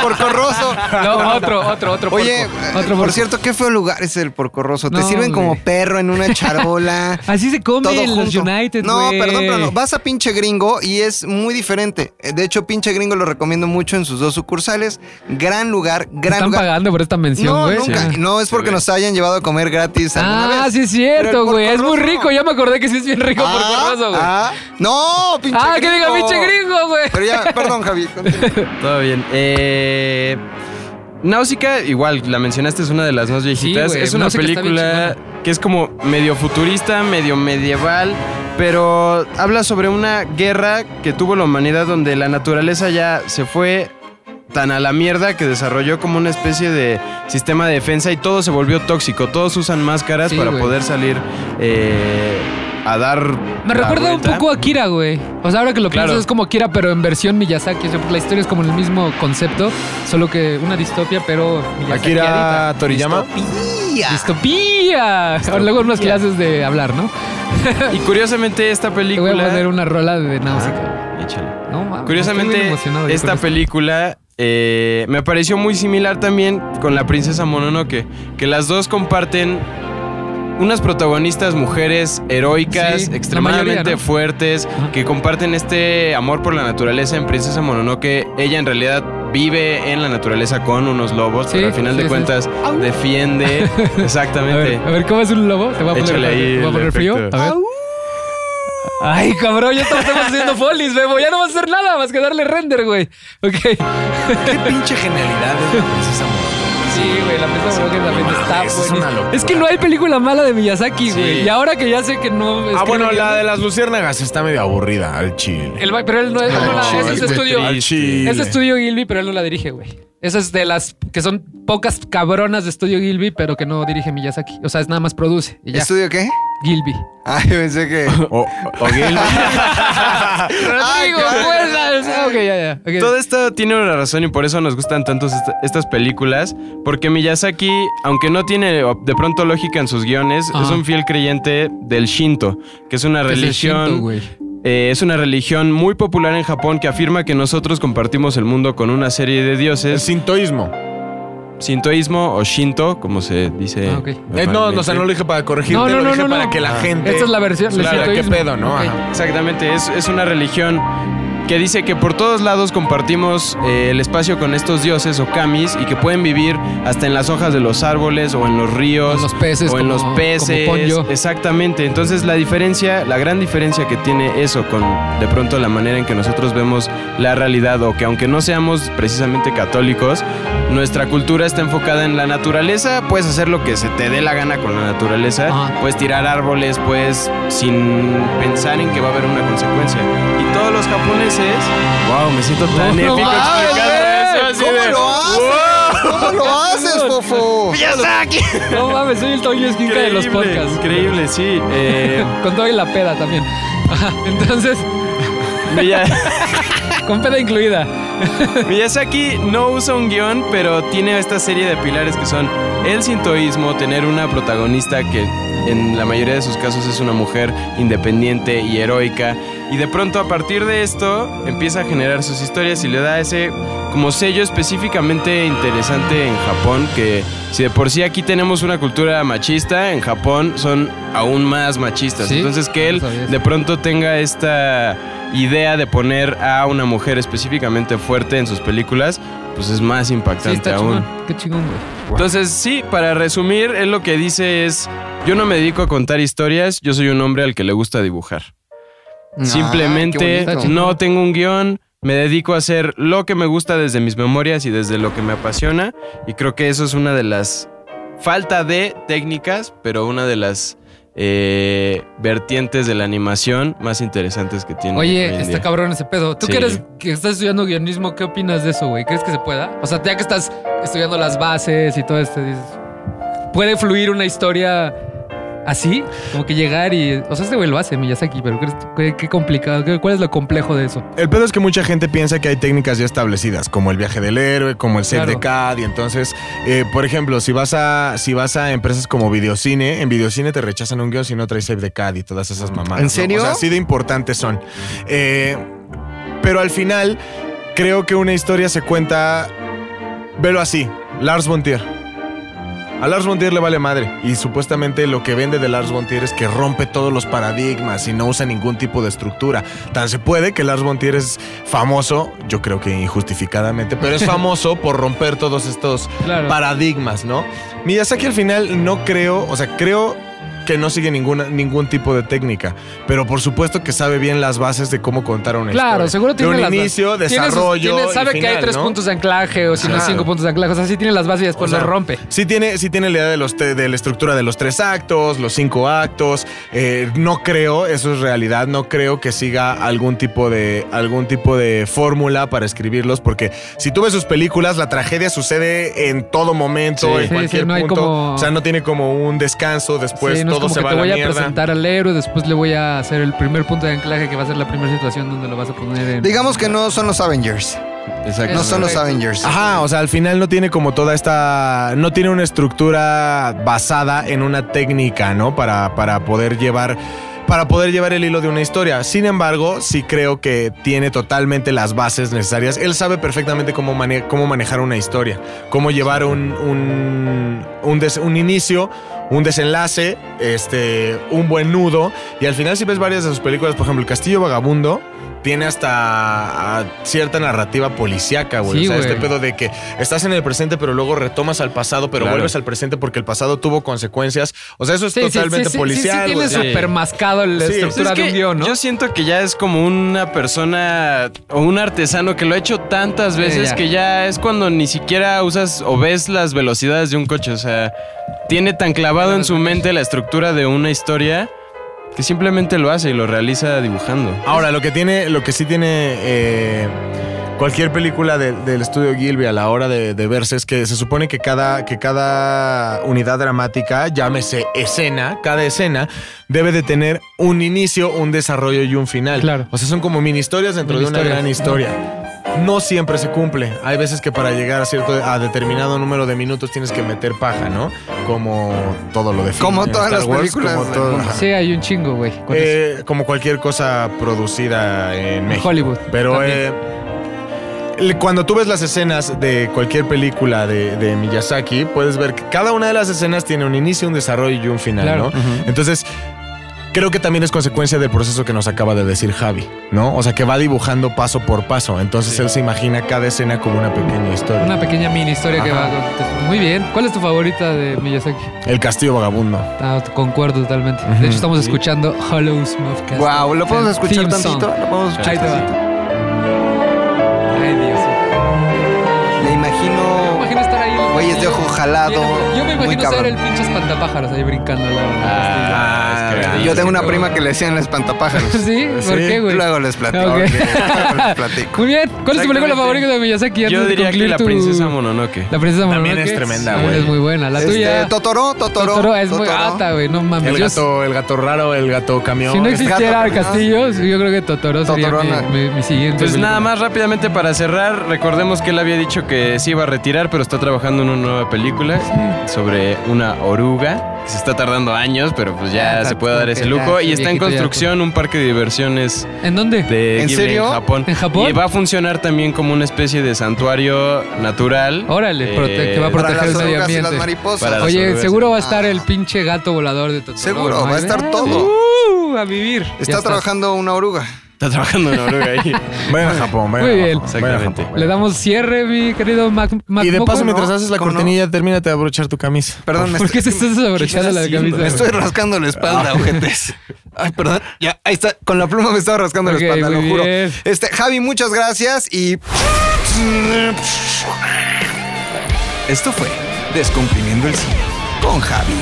B: porcorroso!
A: No, otro, otro, otro.
B: Oye,
A: porco.
B: eh,
A: otro
B: por
A: porco.
B: cierto, qué feo lugar es el porcorroso. Te
A: No,
B: sirven como
A: güey.
B: perro en una charola.
A: Así se come
B: todo
A: en los
B: junto.
A: United,
B: No,
A: güey.
B: perdón, pero no. vas a pinche gringo y es muy diferente. Eh, De hecho, pinche gringo lo recomiendo mucho en sus dos sucursales. Gran lugar,
A: ¿Te
B: gran
A: Están
B: lugar.
A: pagando por esta mención,
B: No,
A: güey.
B: nunca.
A: Sí.
B: No, es porque
D: Sí.
B: nos hayan llevado a comer gratis
A: Ah,
B: alguna vez.
A: sí es
B: Pero
A: cierto,
B: el
A: güey. Es muy
B: porcorroso no.
A: rico. Ya me acordé que sí es bien rico
B: Ah,
A: Porco Rosso, güey.
B: ah. no, pinche
A: Ah, que
B: gringo.
A: diga pinche gringo, güey.
B: Pero ya, perdón, Javi. continúa.
D: Todo bien. Eh, Náusica, igual, la mencionaste, es una de las más viejitas.
A: güey,
D: es una
A: Náusica está bien
D: película que es como medio futurista, medio medieval, pero habla sobre una guerra que tuvo la humanidad donde la naturaleza ya se fue tan a la mierda que desarrolló como una especie de sistema de defensa y todo se volvió tóxico. Todos usan máscaras
A: Sí,
D: para
A: güey.
D: poder salir eh, a dar...
A: Me
D: la
A: recuerda un
D: vuelta.
A: poco a Akira, güey. O sea, ahora que lo
D: Claro.
A: pienso es como Akira, pero en versión Miyazaki. O sea, porque la historia es como el mismo concepto, solo que una distopia, pero Miyazakiadita.
C: Akira Toriyama.
A: Distopía. Luego unas clases de hablar, ¿no?
D: Y curiosamente esta
A: Te
D: película... Ah,
A: voy a poner una rola de Náusica.
D: Échala.
A: No mames. estoy bien
D: Curiosamente,
A: emocionado, güey,
D: esta
A: con esto.
D: película eh, me pareció muy similar también con La Princesa Mononoke, que las dos comparten unas protagonistas mujeres heroicas,
A: Sí, la
D: extremadamente
A: mayoría, ¿no?
D: fuertes,
A: Ajá.
D: que comparten este amor por la naturaleza en Princesa Mononoke. Ella en realidad vive en la naturaleza con unos lobos,
A: Sí,
D: pero al final
A: sí,
D: de
A: sí.
D: cuentas defiende.
A: A
D: Exactamente.
A: ver, a ver, ¿cómo es un lobo? Te voy a poner,
D: Échale ahí
A: te voy a
D: el
A: poner frío. A
D: efecto.
A: ver. Ay, cabrón, ya estamos haciendo folies, Bebo. Ya no vas a hacer nada más que darle render, güey. Ok.
C: Qué pinche genialidad es la princesa Mononoke.
A: Sí, güey, la mesa de bloques también
C: mames,
A: está
C: es una
A: buenísima.
C: locura.
A: Es que no hay película mala de Miyazaki,
D: Sí.
A: güey. Y ahora que ya sé que no.
C: Ah,
A: escribe
C: bueno,
A: guiones,
C: la de las luciérnagas está medio aburrida al chile.
A: el ba- pero él no, él no la-
C: chile,
A: ese es
C: güey,
A: estudio.
C: Al chile.
A: Es estudio Gilby, pero él no la dirige, güey. Esa es de las que son pocas cabronas de estudio Gilby, pero que no dirige Miyazaki. O sea, es nada más produce. Y ya.
B: ¿Estudio qué?
A: Gilby.
B: Ay, pensé que.
C: O, o Gilbert.
B: Ay,
A: Rodrigo,
B: claro.
A: pues, la- Ok, ya, ya. ok.
D: Todo esto tiene una razón y por eso nos gustan tanto est- estas películas, porque Miyazaki, aunque no tiene o- de pronto lógica en sus guiones,
A: Ajá.
D: es un fiel creyente del Shinto, que es una
A: Que es el Shinto,
D: religión
A: güey.
D: eh, es una religión muy popular en Japón que afirma que nosotros compartimos el mundo con una serie de
C: el
D: dioses,
C: sintoísmo.
D: sintoísmo o Shinto, como se dice.
A: Ah, ok.
C: Eh, no, no, o sea, no lo dije para corregirte,
A: No, no,
C: lo
A: no,
C: dije
A: no,
C: para
A: no.
C: que la
D: Ah.
C: gente...
A: Esta es la versión. del
C: Claro, qué
A: sintoísmo.
C: pedo, ¿no?
A: Ok.
C: Ajá.
D: Exactamente, es, es una religión que dice que por todos lados compartimos eh, el espacio con estos dioses o kamis y que pueden vivir hasta en las hojas de los árboles o en los
A: O
D: ríos.
A: en los peces.
D: o en
A: Este como-
D: los peces. este.
A: Como Ponyo.
D: Exactamente. Entonces la diferencia, la gran diferencia que tiene eso con de pronto la manera en que nosotros vemos la realidad o que aunque no seamos precisamente católicos, nuestra cultura está enfocada en la naturaleza. Puedes hacer lo que se te dé la gana con la naturaleza.
A: Ajá.
D: Puedes tirar árboles, pues sin pensar en que va a haber una consecuencia. Y todos los japoneses, wow, me siento tan
A: No
D: épico
A: mames,
D: explicando
A: Ah, güey.
D: eso. así
B: ¿Cómo
D: de,
B: lo haces? ¿Cómo lo haces, fofo?
D: ¡Ya está aquí!
A: No mames, soy el Toño Esquinca de los podcasts.
D: Increíble, sí. Eh,
A: Con todo y la peda también. Ajá, Entonces,
D: Milla-
A: con peda incluida.
D: Miyazaki no usa un guión, pero tiene esta serie de pilares que son el sintoísmo, tener una protagonista que en la mayoría de sus casos es una mujer independiente y heroica. Y de pronto a partir de esto empieza a generar sus historias y le da ese como sello específicamente interesante en Japón, que si de por sí aquí tenemos una cultura machista, en Japón son aún más machistas.
A: ¿Sí?
D: Entonces que él
A: No sabía eso.
D: de pronto tenga esta idea de poner a una mujer específicamente fuerte en sus películas, pues es más
A: Sí,
D: impactante
A: está
D: aún.
A: chingón. Qué chingón, güey.
D: Entonces, sí, para resumir, él lo que dice es, yo no me dedico a contar historias, yo soy un hombre al que le gusta dibujar.
B: Ah,
D: Simplemente
A: Ah, bonito.
D: no tengo un guión, me dedico a hacer lo que me gusta desde mis memorias y desde lo que me apasiona. Y creo que eso es una de las falta de técnicas, pero una de las eh, vertientes de la animación más interesantes que tiene. hoy en
A: Oye,
D: día.
A: está cabrón ese pedo. Tú
D: Sí.
A: que eres que estás estudiando guionismo, ¿qué opinas de eso, güey? ¿Crees que se pueda? O sea, ya que estás estudiando las bases y todo esto, dices, ¿puede fluir una historia así? Como que llegar y. O sea, este güey lo hace, Miyazaki, pero ¿crees- qué, qué complicado? qué- ¿Cuál es lo complejo de eso?
C: El pedo es que mucha gente piensa que hay técnicas ya establecidas, como el viaje del héroe, como el save
A: Claro.
C: the cat, y entonces, eh, por ejemplo, si vas a si vas a empresas como Videocine, en Videocine te rechazan un guión si no traes save the cat y todas esas mamadas.
B: ¿En
C: ¿no?
B: serio?
C: O sea, así de importantes son. Eh, pero al final, creo que una historia se cuenta, velo así, Lars von Trier. A Lars von Trier le vale madre y supuestamente lo que vende de Lars von Trier es que rompe todos los paradigmas y no usa ningún tipo de estructura. Tan se puede que Lars von Trier es famoso, yo creo que injustificadamente, pero es famoso por romper todos estos
A: Claro.
C: paradigmas, ¿no? Miyazaki al final no creo, o sea, creo que no sigue ninguna, ningún tipo de técnica, pero por supuesto que sabe bien las bases de cómo contar una
A: Claro,
C: historia.
A: seguro tiene
C: de un
A: las
C: inicio,
A: bases. Tiene sus-
C: desarrollo,
A: tiene-
C: y
A: sabe que hay
C: final,
A: tres
C: ¿no?
A: puntos de anclaje o si no
C: Claro.
A: cinco puntos de anclaje. O sea, sí tiene las bases y después
C: O sea,
A: lo rompe.
C: Sí tiene, sí tiene la idea de, los te- de la estructura de los tres actos, los cinco actos. Eh, no creo, eso es realidad, no creo que siga algún tipo de algún tipo de fórmula para escribirlos, porque si tú ves sus películas, la tragedia sucede en todo momento,
D: Sí.
C: en
A: Sí,
C: cualquier
A: sí, no hay
C: punto.
A: como-
C: O sea, no tiene como un descanso, después
A: Sí, no es
C: Pues
A: como
C: todo se
A: que
C: va
A: te
C: a la
A: voy a
C: mierda.
A: presentar al héroe, después le voy a hacer el primer punto de anclaje que va a ser la primera situación donde lo vas a poner en.
B: Digamos que no son los Avengers.
D: Exacto.
B: No son los Avengers.
C: Ajá, o sea, al final no tiene como toda esta. No tiene una estructura basada en una técnica, ¿no? Para, para poder llevar. Para poder llevar el hilo de una historia. Sin embargo, sí creo que tiene totalmente las bases necesarias. Él sabe perfectamente cómo, mane- cómo manejar una historia, cómo llevar un, un, un, des- un inicio, un desenlace, este, un buen nudo. Y al final, si ves varias de sus películas, por ejemplo, El Castillo Vagabundo, tiene hasta ah, cierta narrativa policiaca, güey.
A: Sí,
C: o sea, este
A: güey.
C: pedo de que estás en el presente, pero luego retomas al pasado, pero
D: Claro.
C: vuelves al presente porque el pasado tuvo consecuencias. O sea, eso es totalmente policial,
A: tiene
C: güey.
D: sí.
A: súper mascado la
C: Sí.
A: estructura
D: Es que
A: de un guión, ¿no?
D: Yo siento que ya es como una persona o un artesano que lo ha hecho tantas
A: Sí,
D: veces
A: ya.
D: que ya es cuando ni siquiera usas o ves las velocidades de un coche. O sea, tiene tan clavado en su mente la estructura de una historia que simplemente lo hace y lo realiza dibujando.
C: Ahora, lo que tiene, lo que sí tiene eh, cualquier película de- del estudio Gilby a la hora de, de verse es que se supone que cada, que cada unidad dramática, llámese escena, cada escena debe de tener un inicio, un desarrollo y un final.
A: Claro.
C: O sea, son como mini historias dentro
A: Mini
C: de una gran
A: historias.
C: historia. No siempre se cumple. Hay veces que para llegar a cierto a determinado número de minutos tienes que meter paja, ¿no? Como todo lo de Finn
B: Como
C: en
B: todas
C: Star
B: las
C: Wars,
B: películas
C: como
B: del
C: todo-
B: mundo.
C: ajá.
A: Sí, hay un chingo, güey. con eso.
C: Eh, como cualquier cosa producida en México.
A: Hollywood.
C: Pero
A: también.
C: eh, le- cuando tú ves las escenas de cualquier película de, de Miyazaki, puedes ver que cada una de las escenas tiene un inicio, un desarrollo y un final,
A: Claro.
C: ¿no? Entonces, creo que también es consecuencia del proceso que nos acaba de decir Javi, ¿no? O sea, que va dibujando paso por paso. Entonces, él se imagina cada escena como una pequeña historia.
A: Una pequeña mini historia que va. con- Muy bien. ¿Cuál es tu favorita de Miyazaki?
C: El castillo vagabundo.
A: Ah, concuerdo totalmente.
C: Ujú.
A: De hecho, estamos escuchando Hollows Mofcast.
B: Wow, ¿lo podemos escuchar
A: Theme song.
B: tantito? ¿Lo podemos escuchar
A: Ahí te va.
B: tantito?
A: Ay, Dios.
B: Me imagino.
A: Me imagino estar ahí.
B: güey es de ojo jalado.
A: Yo me
B: muy
A: imagino ser
B: cabrón.
A: el pinche espantapájaros ahí brincando. al lado de la
D: Ah,
C: es que-
D: caray.
B: Yo tengo una prima que le decían el espantapájaros.
A: pastilla. Este, ¿Sí? ¿Por
C: Sí,
A: qué, güey?
B: Luego les platico.
A: Ok.
B: Luego les platico.
A: Muy bien. ¿Cuál es tu película
D: Exactamente.
A: favorita de Miyazaki? Antes
D: Yo
A: de
D: diría que
A: concluir
D: la
A: tu-
D: princesa Mononoke.
A: La princesa
C: También
A: Mononoke.
C: es tremenda,
A: También
C: güey.
A: Es muy buena. La
B: Este,
A: tuya.
B: Totoro, Totoro.
A: Totoro es muy
B: Totoro.
A: alta, güey. No mames.
C: El
A: Pues Yo-
C: gato, el gato raro, el gato camión. Este,
A: Si no
B: existe-
A: existiera
B: gato, ¿no?
A: Castillos, yo creo que Totoro sería
B: Totorona.
A: mi, mi- mi siguiente.
D: Pues
A: película.
D: nada más rápidamente para cerrar, recordemos que él había dicho que se iba a retirar, pero está trabajando en una nueva película sobre una oruga. que Se está tardando años, pero pues ya
A: Ah,
D: se puede dar ese
A: como que ya,
D: lujo.
A: ese
D: Y está en
A: viejito ya, pues.
D: construcción un parque de diversiones
A: ¿En dónde?
D: de
B: ¿En
D: Ghibli
B: serio?
D: en Japón.
A: ¿En Japón?
D: Y va a funcionar también como una especie de santuario natural. Eh,
A: Órale, prote- que va a
B: Para
A: proteger
B: las
A: el medio
B: orugas y las
A: ambiente.
B: mariposas.
D: Para-
A: Oye,
D: orugas.
A: seguro va a estar
B: Ah.
A: el pinche gato volador de Totoro.
B: Seguro,
A: ¿no? Eh,
B: va a estar todo.
A: Uh, a vivir. Ya
B: Está trabajando una oruga.
D: Está trabajando una oruga ahí.
C: Vayan a Japón, vayan
A: Muy
C: a
A: bien.
C: Japón, vayan a Japón.
A: Le damos cierre, mi querido Mac. Mac
C: Y de
A: Moco.
C: paso, mientras
B: ¿no?
C: haces la
B: ¿Cómo
C: cortinilla, termínate de abrochar tu camisa.
B: Perdón, me
A: ¿Por qué
B: estoy-
A: se estás abrochando la
D: haciendo?
A: camisa? Ah.
B: Me estoy rascando la espalda, ojetes. Ay, perdón. Ya, ahí está. Con la pluma me estaba rascando
A: Ok,
B: la espalda,
A: muy
B: lo juro.
A: bien.
B: Este, Javi, muchas gracias y. Esto fue Descomprimiendo el Cine con Javi.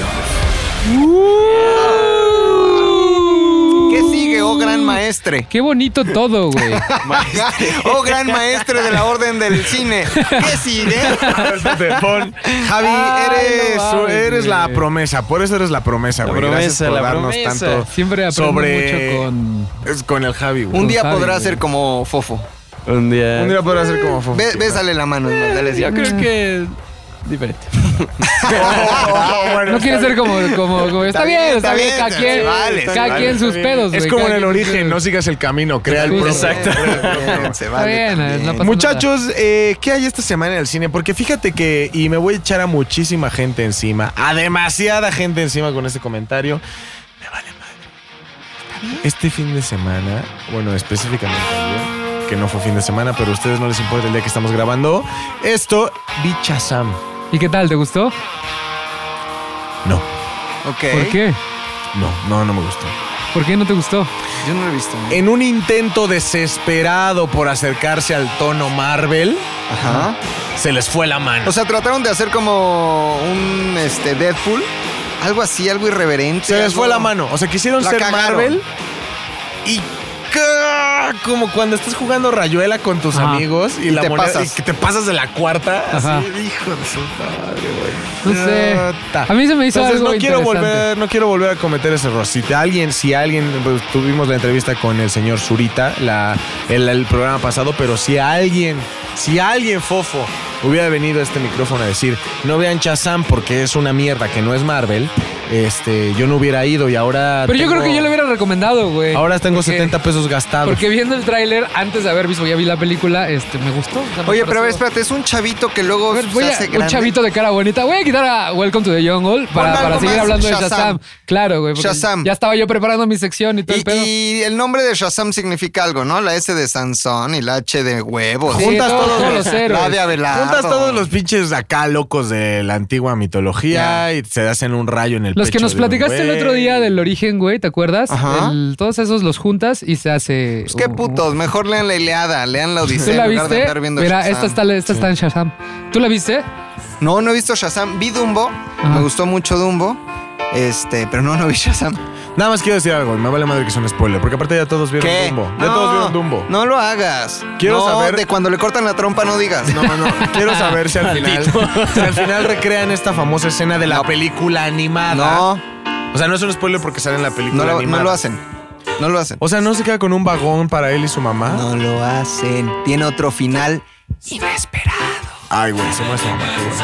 B: ¿Qué sigue, oh gran maestre?
A: Qué bonito todo, güey.
B: Oh gran maestre de la orden del cine. ¿Qué sigue? Javi,
A: Ay,
B: eres.
A: no
C: Tú
A: mames,
C: eres la
A: güey.
C: promesa, por eso eres la promesa,
D: La
C: güey. Gracias
D: promesa,
C: por
D: la
C: darnos
D: promesa.
C: tanto.
A: Siempre aprendo
C: sobre...
A: mucho con.
C: Es con el Javi, güey.
B: Un
A: Con
B: día
A: Javi,
B: podrás
A: güey.
B: ser como Fofo.
D: Un día.
C: Un día podrás ser como Fofo.
B: Bé- Bésale la mano y mándale así.
D: Yo creo que. Diferente.
A: No quiere ser como. como, como- Está,
B: Está
A: bien,
B: bien,
A: está
B: está
A: bien.
B: bien,
A: Cada
B: se
A: quien,
B: vale, se
A: cada
B: vale,
A: quien
B: está
A: sus pedos, güey.
C: Es como en
A: cada quien
C: el
A: sus
C: origen, no
A: pedos.
C: sigas el camino, crea el
A: Justo.
C: propio.
D: Exacto.
B: Se vale.
A: bien,
B: también.
A: no pasa
C: Muchachos, eh, ¿qué hay esta semana en el cine? Porque fíjate que, y me voy a echar a muchísima gente encima, a demasiada gente encima con este comentario. Me vale madre. Este fin de semana, bueno, específicamente ayer, que no fue fin de semana, pero a ustedes no les importa el día que estamos grabando. Esto, vi Shazam.
A: ¿Y qué tal? ¿Te gustó?
C: No,
B: Ok.
A: ¿Por qué?
C: no, no, no me gustó.
A: ¿Por qué no te gustó?
B: Yo no lo he visto.
C: En un intento desesperado por acercarse al tono Marvel,
B: Ajá.
C: se les fue la mano.
B: O sea, trataron de hacer como un este, Deadpool. Algo así, algo irreverente.
C: Se les
B: algo-
C: fue la mano. O sea, quisieron
B: La
C: ser
B: cagaron.
C: Marvel y ca- como cuando estás jugando rayuela con tus
A: Ajá.
C: amigos y, la
B: te
C: moneda-
B: pasas.
C: y que te pasas de la cuarta.
A: Ajá.
C: Así, hijo de su madre,
A: No
C: güey.
A: sé.
C: Puta.
A: A mí se me hizo
C: Entonces
A: algo
C: no quiero
A: interesante.
C: volver, no quiero volver a cometer ese error. Si alguien, si alguien, pues, tuvimos la entrevista con el señor Zurita, la, el, el programa pasado, pero si alguien, si alguien fofo hubiera venido a este micrófono a decir no vean Shazam porque es una mierda que no es Marvel, este, yo no hubiera ido y ahora.
A: Pero yo
C: tengo-
A: creo que yo lo hubiera recomendado, güey.
C: Ahora tengo
A: Porque-
C: 70 pesos gastados.
A: Porque viendo el tráiler, antes de haber visto, ya vi la película, este, me gustó. o sea, me
B: Oye, pero a ver,
A: pareció-
B: espérate, es un chavito que luego
A: A ver,
B: se
A: voy a-
B: hace
A: un
B: grande.
A: chavito de cara bonita. Voy a quitar a Welcome to the Jungle para,
B: algo
A: para seguir
B: más,
A: hablando de
B: Shazam.
A: Shazam. Claro, güey. porque
B: Shazam.
A: Ya estaba yo preparando mi sección y todo el
B: Y,
A: pedo.
B: y el nombre de Shazam significa algo, ¿no? La S de Sansón y la H de huevos.
A: Sí,
B: Juntas
A: todos-
B: todos,
A: todos
B: los
A: los héroes.
B: La de Abelardo.
C: Juntas todos los pinches acá locos de la antigua mitología y se hacen un rayo en el
A: los que
C: pecho
A: nos
C: de un
A: platicaste el
C: güey.
A: otro día del origen, güey, ¿te acuerdas?
B: Ajá.
A: El- todos esos los juntas y se hace. uh,
B: Pues qué putos, mejor lean la Ileada, lean la
A: ¿Tú
B: Odisea.
A: la
B: en lugar de
A: viste?
B: andar viendo
A: Mira,
B: Shazam.
A: esta, está, esta está en Shazam. ¿Tú la viste?
B: No, no he visto Shazam. Vi Dumbo, me gustó mucho Dumbo. Este, pero no, no vi Shazam.
C: Nada más quiero decir algo, y me vale madre que es un spoiler, porque aparte ya todos vieron
B: ¿Qué?
C: Dumbo. Ya todos vieron Dumbo.
B: No lo hagas.
C: Quiero
B: No,
C: saber-
B: De cuando le cortan la trompa, no digas.
C: No, no, quiero
A: Ah,
C: saber si al final si al final recrean esta famosa escena de la
B: No.
C: película animada.
B: No,
C: O sea, no es un spoiler porque sale en la película
B: no lo,
C: animada.
B: no lo hacen. No lo hacen.
C: O sea, no se queda con un vagón para él y su mamá.
B: No lo hacen. Tiene otro final inesperado.
C: Ay, güey, se me hace mamá. qué bueno.
A: ¿A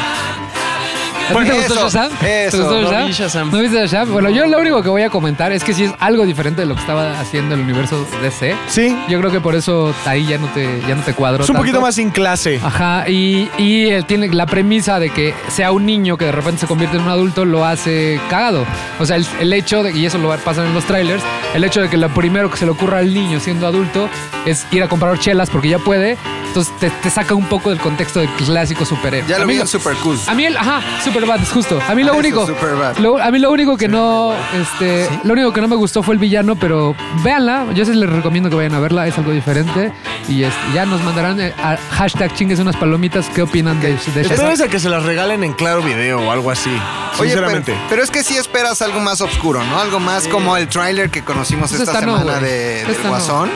A: ti
B: Bueno,
A: ¿Te gustó
B: Pues eso,
A: Shazam? ¿Te
B: eso,
A: gustó
D: no
A: Shazam?
D: vi Shazam.
A: ¿No viste Shazam? Bueno, yo lo único que voy a comentar es que sí es algo diferente de lo que estaba haciendo el universo DC.
C: Sí,
A: Yo creo que por eso ahí ya no te, ya no te cuadro.
C: es un poquito
A: tanto.
C: más sin clase.
A: Ajá, y, y él tiene la premisa de que sea un niño que de repente se convierte en un adulto lo hace cagado. O sea, el, el hecho de, y eso lo pasan en los trailers, el hecho de que lo primero que se le ocurra al niño siendo adulto es ir a comprar chelas porque ya puede. Entonces te, te saca un poco del contexto del clásico superhéroe.
B: Ya
A: A
B: lo
A: mí
B: vi en Super Cool.
C: Ah,
A: A mí el, ajá, Super Superbad, es justo. A mí lo
B: Eso,
A: único.
B: Superbad.
A: lo- a mí lo único que no. Este. Lo único que no me gustó fue el villano, pero véanla. Yo sí les recomiendo que vayan a verla. Es algo diferente. Y este, ya nos mandarán eh, a hashtag chingues unas palomitas. ¿Qué opinan de, de
C: Esperes a que se las regalen en claro video o algo así.
B: Oye, pero,
C: sinceramente.
B: pero es que sí esperas algo más oscuro, ¿no? Algo más como el tráiler que conocimos
A: Esta
B: esta,
A: no,
B: semana
A: güey.
B: de, del
A: Esta no.
B: Guasón.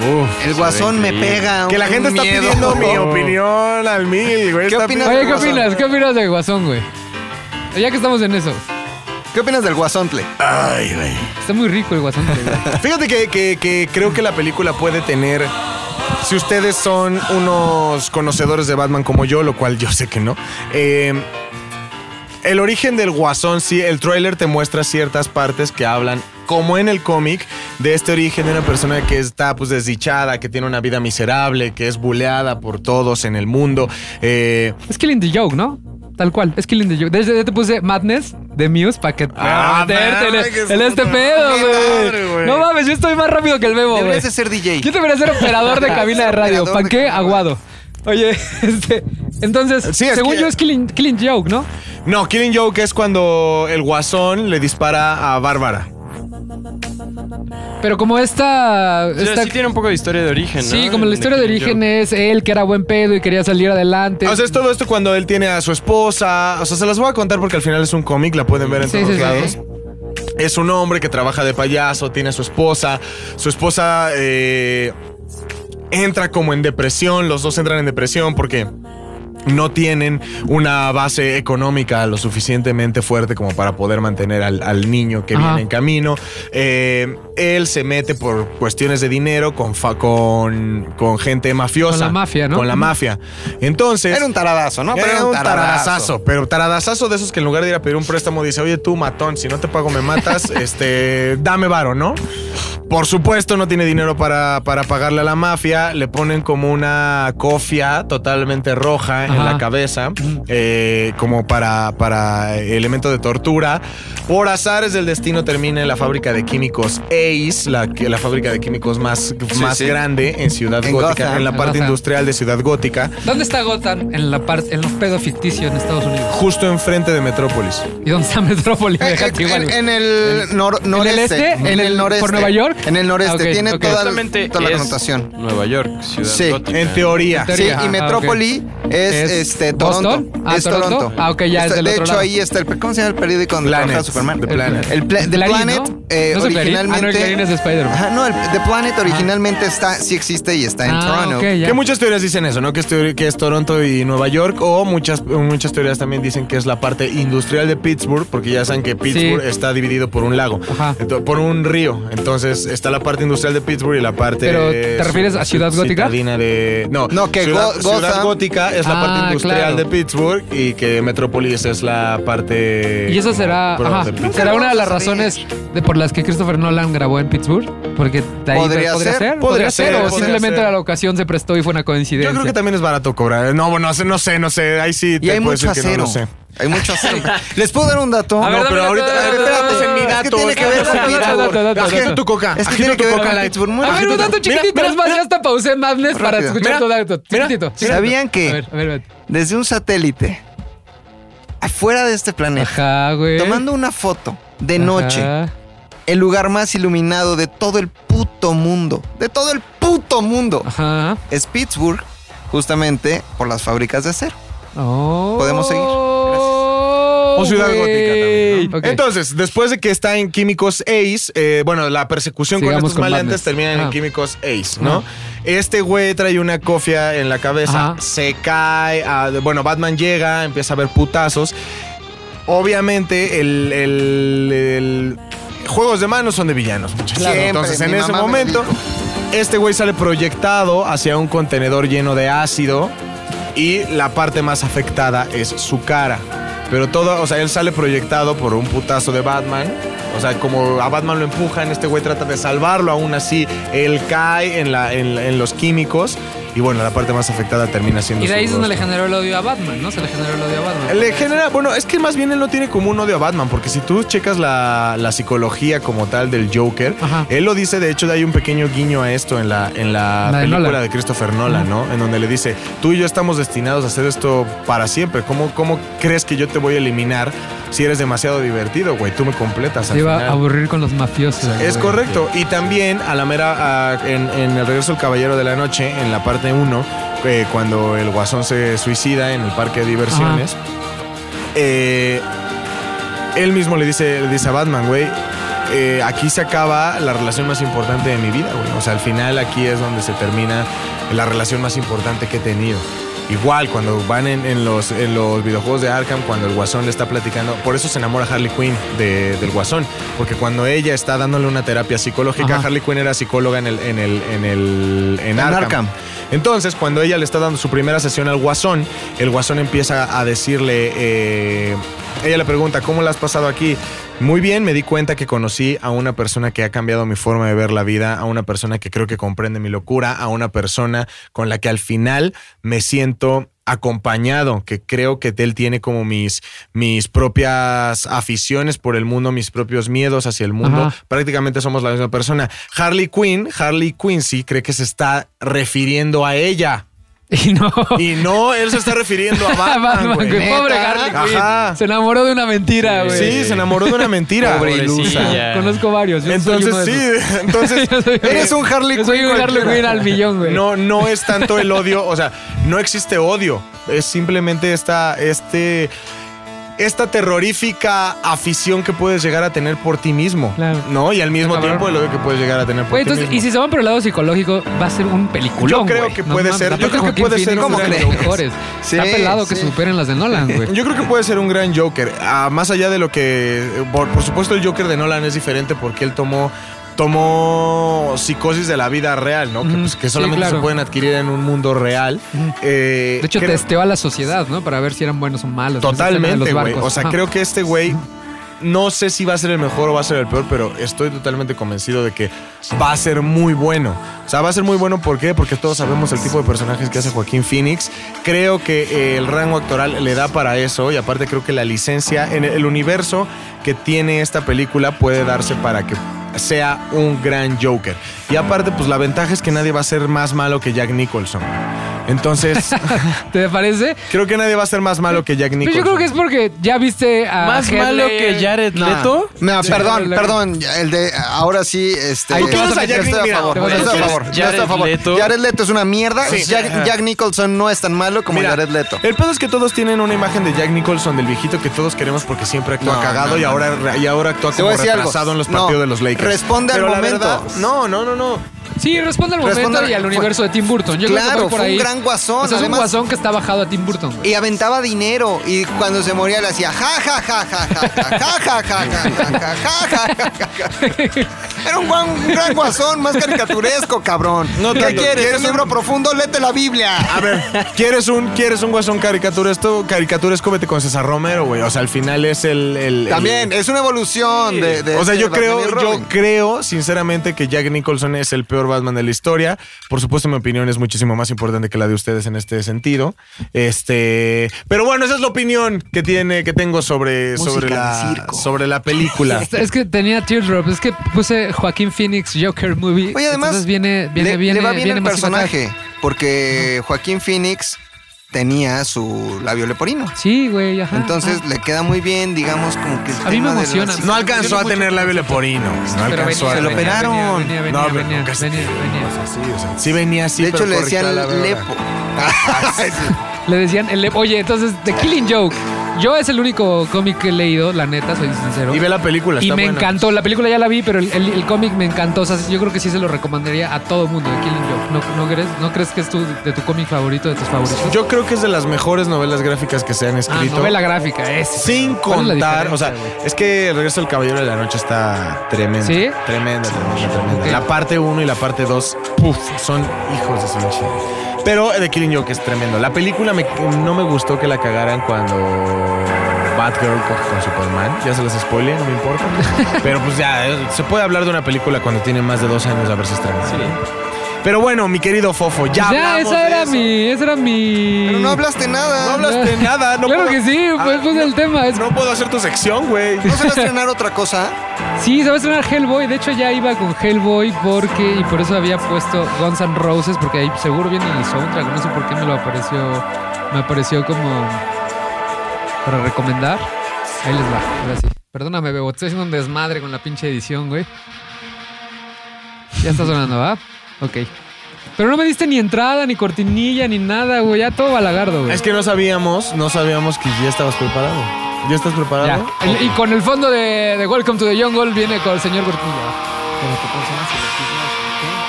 C: Uf.
B: El Guasón me
D: increíble.
B: pega.
C: Que la
B: un
C: gente está
B: miedo.
C: pidiendo mi opinión al mil, güey.
B: ¿Qué
C: Está
B: opinas?
C: pidiendo-
A: Oye, ¿qué opinas? ¿Qué opinas de Guasón, güey? Ya que estamos en eso.
B: ¿Qué opinas del Guasón, Play?
C: Ay, güey.
A: Está muy rico el Guasón. güey.
C: Fíjate que, que- que creo que la película puede tener. Si ustedes son unos conocedores de Batman como yo, lo cual yo sé que no. eh, el origen del guasón, sí, el tráiler te muestra ciertas partes que hablan, como en el cómic, de este origen de una persona que está pues desdichada, que tiene una vida miserable, que es buleada por todos en el mundo. eh,
A: Es Killing the Joke, ¿no? Tal cual, es Killing the Joke. Desde ya te puse Madness de Muse para que
C: Ah,
A: para meterte en,
C: mames, que
A: en
C: es
A: este
C: puta
A: pedo,
C: madre,
A: güey.
C: güey.
A: No mames, yo estoy más rápido que el Bebo, güey.
B: Deberías de ser DJ.
A: Yo debería ser operador de cabina de radio.
B: Operador de
A: Panqué
B: cabina.
A: aguado. Oye, este. Entonces,
C: Sí, es
A: según
C: que-
A: yo es Killing, Killing Joke, ¿no?
C: No, Killing Joke es cuando el guasón le dispara a Bárbara.
A: Pero como esta.
D: O sea,
A: esta-
D: sí tiene un poco de historia de origen, ¿no?
A: sí, como la historia de origen es él que era buen pedo y quería salir adelante.
C: O sea, es todo esto cuando él tiene a su esposa. O sea, se las voy a contar porque al final es un cómic, la pueden ver en
A: Sí,
C: todos
A: sí, sí.
C: lados. Es un hombre que trabaja de payaso, tiene a su esposa. Su esposa eh, entra como en depresión, los dos entran en depresión porque no tienen una base económica lo suficientemente fuerte como para poder mantener al, al niño que
A: Ajá.
C: viene en camino. Eh, él se mete por cuestiones de dinero con, fa- con, con gente mafiosa.
A: Con la mafia, ¿no?
C: Con la mafia. Entonces...
B: Era un taradazo, ¿no? Pero
C: Era un taradazazo, pero taradazazo de esos que en lugar de ir a pedir un préstamo dice, oye tú, matón, si no te pago me matas, este, dame varo, ¿no? Por supuesto no tiene dinero para, para pagarle a la mafia, le ponen como una cofia totalmente roja en
A: Ajá.
C: la cabeza, eh, como para, para elemento de tortura. Por azares del destino termina en la fábrica de químicos Ace, la, que- la fábrica de químicos más, más
D: sí.
C: grande en Ciudad
B: En
C: Gótica,
B: Gotham.
C: en la
A: En
C: parte
A: Gotham.
C: industrial de Ciudad Gótica.
A: ¿Dónde está Gotham en la parte, en los pedo ficticio en Estados Unidos?
C: Justo enfrente de Metrópolis.
A: ¿Y dónde está Metrópolis?
B: Eh, eh,
A: Déjate igual,
B: en,
A: güey.
B: en el nor- noreste.
A: este?
B: En el noreste.
A: ¿Por Nueva York?
B: En el noreste.
A: Ah, ok,
B: Tiene
A: ok.
B: toda,
D: Justamente
B: toda la
D: es
B: connotación.
D: Nueva York, ciudad
B: Sí.
D: gótica.
C: En teoría.
A: En
B: Sí,
A: Ajá,
B: y
A: ok.
B: Metrópoli es,
A: ¿Es
B: este,
A: Boston?
B: Toronto.
A: Ah,
B: es
A: ¿Toronto?
B: Toronto.
A: Ah, ok, ya,
B: Está-
A: es del
B: de
A: otro
B: hecho,
A: lado.
B: ahí está el. ¿Cómo se llama el periódico donde
C: Planet.
B: trabajaba Superman?
C: The Planet.
B: El Pla- The
A: Clarín,
B: Planet,
A: ¿no?
B: eh,
A: ¿No es el Clarín? Ah, no, el
B: originalmente.
A: Clarín es de Spider-Man.
B: Ajá, no, el The Planet originalmente está, sí existe y está en
A: Ah,
B: Toronto.
A: ok, ya.
C: Que muchas teorías dicen eso, ¿no? Que es, teoría- que es Toronto y Nueva York, o muchas, muchas teorías también dicen que es la parte industrial de Pittsburgh, porque ya saben que Pittsburgh
A: Sí.
C: está dividido por un lago,
A: Ajá.
C: Ento- por un río. Entonces está la parte industrial de Pittsburgh y la parte.
A: Pero, ¿te
C: eh,
A: refieres a Ciudad Gótica?
C: citadina de, no,
B: No, que
C: ciudad,
B: Go-
C: Ciudad
B: Gotham-
C: Gótica es la
A: Ah,
C: parte industrial
A: claro.
C: de Pittsburgh y que Metrópolis es la parte.
A: Y esa
C: como
A: será,
C: pro
A: ajá,
C: de Pittsburgh.
A: será una de las
B: Nunca lo vamos a
A: razones de por las que Christopher Nolan grabó en Pittsburgh, porque de ahí podría
B: Podría ser,
C: podría
A: ser,
C: ser,
A: o
C: podría
A: simplemente
C: ser.
A: la locación se prestó y fue una coincidencia.
C: Yo creo que también es barato cobrar. No, bueno, no sé, no sé. Ahí sí
B: Y
C: te
B: hay
C: puedo
B: mucho
C: decir que no
B: acero.
C: lo sé.
B: Hay mucho acero. ¿Les puedo dar un dato?
A: A ver,
C: No,
A: dame
C: pero
A: la-
C: ahorita-
A: dame la-
C: a ver, espérate,
A: dame la-
C: es mi
B: Es que
C: dato,
B: tiene que ver
A: dato,
B: con
A: dato, dato, dato,
B: Pittsburgh.
A: dato,
C: Agita tu coca.
B: Es que
C: Agita
B: tiene
C: tu
B: que ver
C: coca.
B: con Pittsburgh. Muy
A: A ver, un
B: rápido.
A: dato chiquitito,
C: mira,
A: es más, ya hasta pausé Madness para
B: Rápido.
A: escuchar
C: Mira,
A: tu dato.
C: mira.
A: Chiquitito.
B: ¿Sabían que-
A: A ver, a ver, a ver.
B: Desde un satélite, afuera de este planeta,
A: Ajá, güey.
B: tomando una foto de
A: Ajá.
B: noche, el lugar más iluminado de todo el puto mundo, de todo el puto mundo,
A: Ajá.
B: es Pittsburgh, justamente por las fábricas de acero.
A: Oh.
B: Podemos seguir.
A: O
C: O Ciudad Gótica también. ¿no?
A: Ok.
C: Entonces, después de que está en Químicos Ace, eh, bueno, la persecución
A: Sigamos
C: con estos
A: con
C: maleantes
A: Madness.
C: termina
A: Ah.
C: en Químicos Ace, ¿no?
A: Ah.
C: Este güey trae una cofia en la cabeza,
A: Ajá.
C: se cae, ah, de- bueno, Batman llega, empieza a ver putazos. Obviamente, el, el- el- Juegos de manos son de villanos, muchachos.
B: Claro. Siempre,
C: Entonces, en
B: mi
C: ese
B: mamá me
C: momento, este güey sale proyectado hacia un contenedor lleno de ácido y la parte más afectada es su cara. Pero todo, o sea, él sale proyectado por un putazo de Batman. O sea, como a Batman lo empujan, este güey trata de salvarlo, aún así él cae en, la, en, la- en los químicos Y bueno, la parte más afectada termina siendo.
A: Y de
C: su
A: ahí es donde le
C: rostro.
A: generó el odio a Batman, ¿no? Se le generó el odio a Batman.
C: Le genera, bueno, es que más bien él no tiene como un odio a Batman, porque si tú checas la, la psicología como tal del Joker,
A: Ajá.
C: él lo dice, de hecho hay un pequeño guiño a esto en la, en la,
A: La de
C: película
A: Nolan.
C: de Christopher Nolan, ¿no? En donde le dice, tú y yo estamos destinados a hacer esto para siempre, ¿cómo, cómo crees que yo te voy a eliminar si eres demasiado divertido, güey? Tú me completas. al
A: Se iba
C: final".
A: a aburrir con los mafiosos.
C: Es
A: güey.
C: correcto. Y también a la mera, a- en, en el regreso del Caballero de la Noche, en la parte 1, cuando el guasón se suicida en el parque de diversiones, eh, él mismo le dice, le dice a Batman, güey, eh, aquí se acaba la relación más importante de mi vida, güey. O sea, al final aquí es donde se termina la relación más importante que he tenido. Igual, cuando van en, en los, en los videojuegos de Arkham, cuando el guasón le está platicando, por eso se enamora Harley Quinn de- del guasón, porque cuando ella está dándole una terapia psicológica,
A: Ajá.
C: Harley Quinn era psicóloga en el, en el, en el, en Arkham.
B: Arkham.
C: Entonces, cuando ella le está dando su primera sesión al guasón, el guasón empieza a decirle, eh, ella le pregunta, ¿cómo la has pasado aquí? Muy bien, me di cuenta que conocí a una persona que ha cambiado mi forma de ver la vida, a una persona que creo que comprende mi locura, a una persona con la que al final me siento acompañado, que creo que él tiene como mis, mis propias aficiones por el mundo, mis propios miedos hacia el mundo.
A: Ajá.
C: Prácticamente somos la misma persona. Harley Quinn, Harley Quincy cree que se está refiriendo a ella.
A: Y no.
C: Y no, él se está refiriendo a
A: A
C: Batman, güey.
A: güey. Pobre
C: Neta.
A: Harley Quinn.
C: Ajá.
A: Se enamoró de una mentira, güey.
C: Sí, se enamoró de una mentira.
D: Pobre
C: Güey.
D: ilusa. Ya.
A: Conozco varios. Yo soy uno de
C: Entonces sí,
A: esos.
C: entonces
A: Yo soy-
C: eres un Harley
A: Yo
C: Quinn.
A: soy un Harley
C: cualquiera.
A: Quinn al millón, güey.
C: No, no es tanto el odio, o sea, no existe odio. Es simplemente esta, este, esta terrorífica afición que puedes llegar a tener por ti mismo.
A: Claro.
C: ¿No? Y al mismo
A: Cabrón.
C: tiempo el odio que puedes llegar a tener por
A: Güey,
C: ti
A: entonces,
C: mismo.
A: y si se van por el lado psicológico, va a ser un peliculón.
C: Yo creo
A: güey.
C: que puede ser-
A: aparte
C: yo creo que
A: Joaquín
C: puede
A: Phoenix
C: ser un
A: es de
C: gran
A: los
C: Joker.
A: mejores.
B: Sí,
A: Está pelado que
B: sí.
A: superen las de Nolan, güey.
C: Yo creo que puede ser un gran Joker. Ah, más allá de lo que. Por, por supuesto, el Joker de Nolan es diferente porque él tomó. Tomó psicosis de la vida real, ¿no? Que,
A: Ujú,
C: pues, que
A: sí,
C: solamente
A: claro.
C: se pueden adquirir en un mundo real. Eh,
A: De hecho,
C: creo-
A: testeó a la sociedad, ¿no? Para ver si eran buenos o malos. Esa escena de
C: Totalmente,
A: los
C: güey.
A: barcos.
C: O sea,
A: Ajá.
C: creo que este güey. No sé si va a ser el mejor o va a ser el peor, pero estoy totalmente convencido de que va a ser muy bueno. O sea, va a ser muy bueno, ¿por qué? Porque todos sabemos el tipo de personajes que hace Joaquín Phoenix. Creo que eh, el rango actoral le da para eso y aparte creo que la licencia, en el- el universo que tiene esta película puede darse para que sea un gran Joker. Y aparte, pues la ventaja es que nadie va a ser más malo que Jack Nicholson. Entonces,
A: ¿Te parece?
C: creo que nadie va a ser más malo que Jack
A: Pero
C: Nicholson.
A: Pues yo creo que es porque ya viste a.
D: Más
A: Heath
D: malo que
A: Ledger.
D: Jared
B: No,
D: Leto.
B: no,
A: Sí.
B: perdón,
A: Jared
B: perdón. El de ahora sí, este.
A: Ahí
B: Yo
A: te vas a meter,
B: estoy
C: mira,
B: a favor.
A: te vas a
B: yo estoy
A: meter.
B: a favor. yo estoy a
D: Jared
B: favor.
D: Leto.
B: Jared Leto es una mierda.
C: Sí.
B: Jack, Jack Nicholson no es tan malo como
C: Mira,
B: Jared Leto.
C: El pedo es que todos tienen una imagen de Jack Nicholson, del viejito que todos queremos porque siempre actúa
B: No,
C: cagado
B: no,
C: y,
B: no.
C: ahora, y ahora actúa
B: Te voy
C: como
B: a decir algo.
C: retrasado en los
B: No,
C: partidos de los Lakers.
B: responde al
C: Pero la
B: momento.
C: verdad- no, no, no, no.
A: Sí, responde al momento
B: Responde al-
A: y al
B: fue-
A: universo de Tim Burton. Yo creo que
B: Claro,
A: fue por
B: fue un
A: ahí.
B: gran guasón,
A: O sea, es un
B: además-
A: guasón que está bajado a Tim Burton, güey.
B: Y aventaba dinero y cuando se moría le hacía ja ja ja ja ja ja ja ja ja ja ja ja ja ja ja. Era un guan- un gran guasón más caricaturesco, cabrón.
C: No
B: ¿Qué
C: tanto.
B: quieres?
C: ¿Quieres
B: ¿Un
C: un-
B: libro profundo? Lete la Biblia.
C: A ver, ¿quieres un, quieres un guasón caricaturesco? Caricaturesco, vete con César Romero, güey. O sea, al final es el... el- el-
B: También es una evolución de, de
C: o sea,
B: este
C: yo creo,
B: Batman y
C: yo
B: Robin.
C: creo sinceramente que Jack Nicholson es el peor Batman de la historia. Por supuesto, mi opinión es muchísimo más importante que la de ustedes en este sentido. Este, pero bueno, esa es la opinión que tiene, que tengo sobre,
B: Música
C: sobre
B: de
C: la,
B: circo.
C: sobre la película.
A: Es que tenía Teardrop, es que puse Joaquín Phoenix Joker Movie.
B: Oye, además,
A: Entonces viene, viene,
B: le,
A: viene,
B: le va bien
A: viene
B: el
A: más impactante.
B: personaje, porque Joaquín Phoenix tenía su labio leporino.
A: Sí, güey, ajá.
B: Entonces
A: ajá.
B: le queda muy bien, digamos, como que... el
A: Ah, A mí me
B: tema de la
A: emociona.
B: psicología.
C: No alcanzó a tener labio leporino. No
A: Pero
C: alcanzó
A: venía,
C: a
B: se lo
A: venía,
B: operaron.
A: Venía, venía,
C: No,
A: venía,
C: pero
A: venía,
C: nunca se-
A: venía, venía.
C: Sí, o sea, sí venía así.
B: De hecho,
C: pero
B: le
C: corrigida
B: decían
C: la verdad.
B: lepo. Ah,
A: Le decían, el- oye, entonces, The Killing Joke. Yo es el único cómic que he leído, la neta, soy sincero.
C: Y ve la película.
A: Y
C: está
A: me
C: buena.
A: encantó, la película ya la vi, pero el, el- el cómic me encantó. O sea, yo creo que sí se lo recomendaría a todo mundo, The Killing Joke. ¿No, no crees, ¿No crees que es tu, de tu cómic favorito, de tus favoritos?
C: Yo creo que es de las mejores novelas gráficas que se han
A: ah,
C: escrito.
A: novela gráfica, es.
C: Sin
A: ¿Cuál es la
C: contar, o sea,
A: diferencia, güey?
C: es que el regreso del Caballero de la Noche está tremendo.
A: ¿Sí?
C: Tremenda, tremenda, tremenda.
A: Ok.
C: La parte 1 y la parte 2, puff, son hijos de su chingada. eh, Pero The Killing Joke es tremendo. La película me- no me gustó que la cagaran cuando Batgirl con, con Superman. Ya se las spoilé, no me importa. Pero pues ya, eh, se puede hablar de una película cuando tiene más de dos años de haberse estrenado.
D: Sí.
C: Pero bueno, mi querido Fofo, ya,
A: Ya,
C: hablamos
A: esa
C: de
A: era
C: eso.
A: mi. Esa era mi.
B: Pero no hablaste nada.
C: No hablaste nada. No
A: claro
C: puedo-
A: que sí,
C: Ah,
A: pues, pues el tema. Es,
C: No puedo hacer tu sección, güey.
B: ¿No se va a estrenar otra cosa?
A: Sí, se va a estrenar Hellboy. De hecho, ya iba con Hellboy porque. Y por eso había puesto Guns N' Roses, porque ahí seguro viene el soundtrack. No sé por qué me lo apareció. Me apareció como. Para recomendar. Ahí les va, ahora sí. Perdóname, Bebo, te estoy haciendo un desmadre con la pinche edición, güey. Ya está sonando, ¿va? Ok. Pero no me diste ni entrada, ni cortinilla, ni nada, güey. Ya todo balagardo, güey.
C: Es que no sabíamos, no sabíamos que ya estabas preparado. ¿Ya estás
A: Ya.
C: preparado?
A: El- y con el fondo de, de Welcome to the Jungle viene con el señor Cortilla.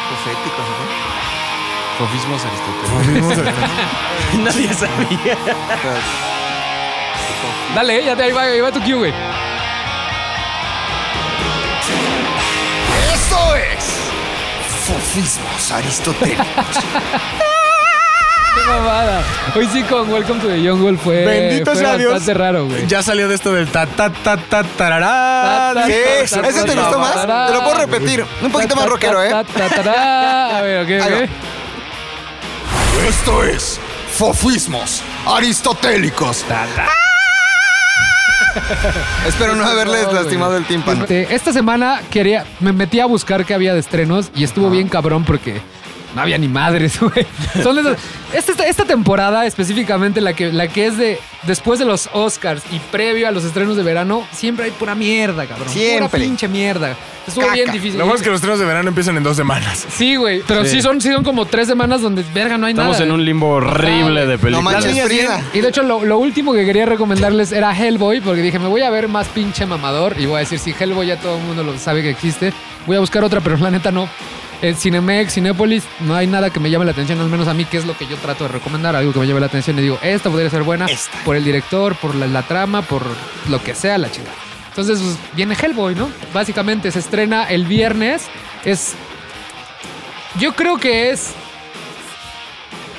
A: Pues
B: Proféticos, ¿no?
D: Sofismos aristotélicos. Nadie sabía.
A: Dale, eh, ya te ahí va, ahí va tu cue, güey.
B: ¡Eso es! Sofismos aristotélicos.
A: Qué mamada. Hoy sí con Welcome to the Jungle fue.
C: Bendito
A: fue
C: sea Dios.
A: bastante raro, güey.
C: Ya salió de esto del ta ta ta ta tarará.
A: Ta, ta,
B: ¿Qué?
A: ta, ta,
B: ¿Ese te
A: ta,
B: gustó
A: ta,
B: más?
A: ta, ta,
B: Te lo puedo repetir. Un poquito más rockero, ¿eh?
A: Ta, ta, ta, ta, ta. A ver, ok,
B: Ahí va.
A: ok.
B: Esto es Fofismos Aristotélicos. Espero no haberles
A: güey.
B: lastimado el tímpano.
A: Este, esta semana quería, me metí a buscar qué había de estrenos y estuvo bien cabrón porque no había ni madres, güey. Son de esas- esta, esta- esta temporada específicamente, la que, la que es de después de los Oscars y previo a los estrenos de verano, siempre hay pura mierda, cabrón.
B: Siempre.
A: Pura pinche mierda. Estuvo
B: Caca.
A: bien difícil.
C: Lo bueno es que los estrenos de verano empiezan en dos semanas.
A: Sí, güey. Pero sí. son, sí son como tres semanas donde, verga, no hay
D: Estamos
A: nada. ¿eh?
D: en un limbo horrible de
B: No
D: películas.
B: manches, Frida.
A: Y de hecho, lo, lo último que quería recomendarles era Hellboy, porque dije, me voy a ver más pinche mamador y voy a decir, si Hellboy ya todo el mundo lo sabe que existe, voy a buscar otra, pero la neta no. En Cinemex, Cinépolis, no hay nada que me llame la atención, al menos a mí, que es lo que yo trato de recomendar, algo que me llame la atención y digo, esta podría ser buena
B: Esta.
A: por el director, por la, la trama, por lo que sea la chingada. Entonces, pues, viene Hellboy, ¿no? Básicamente se estrena el viernes. Es. Yo creo que es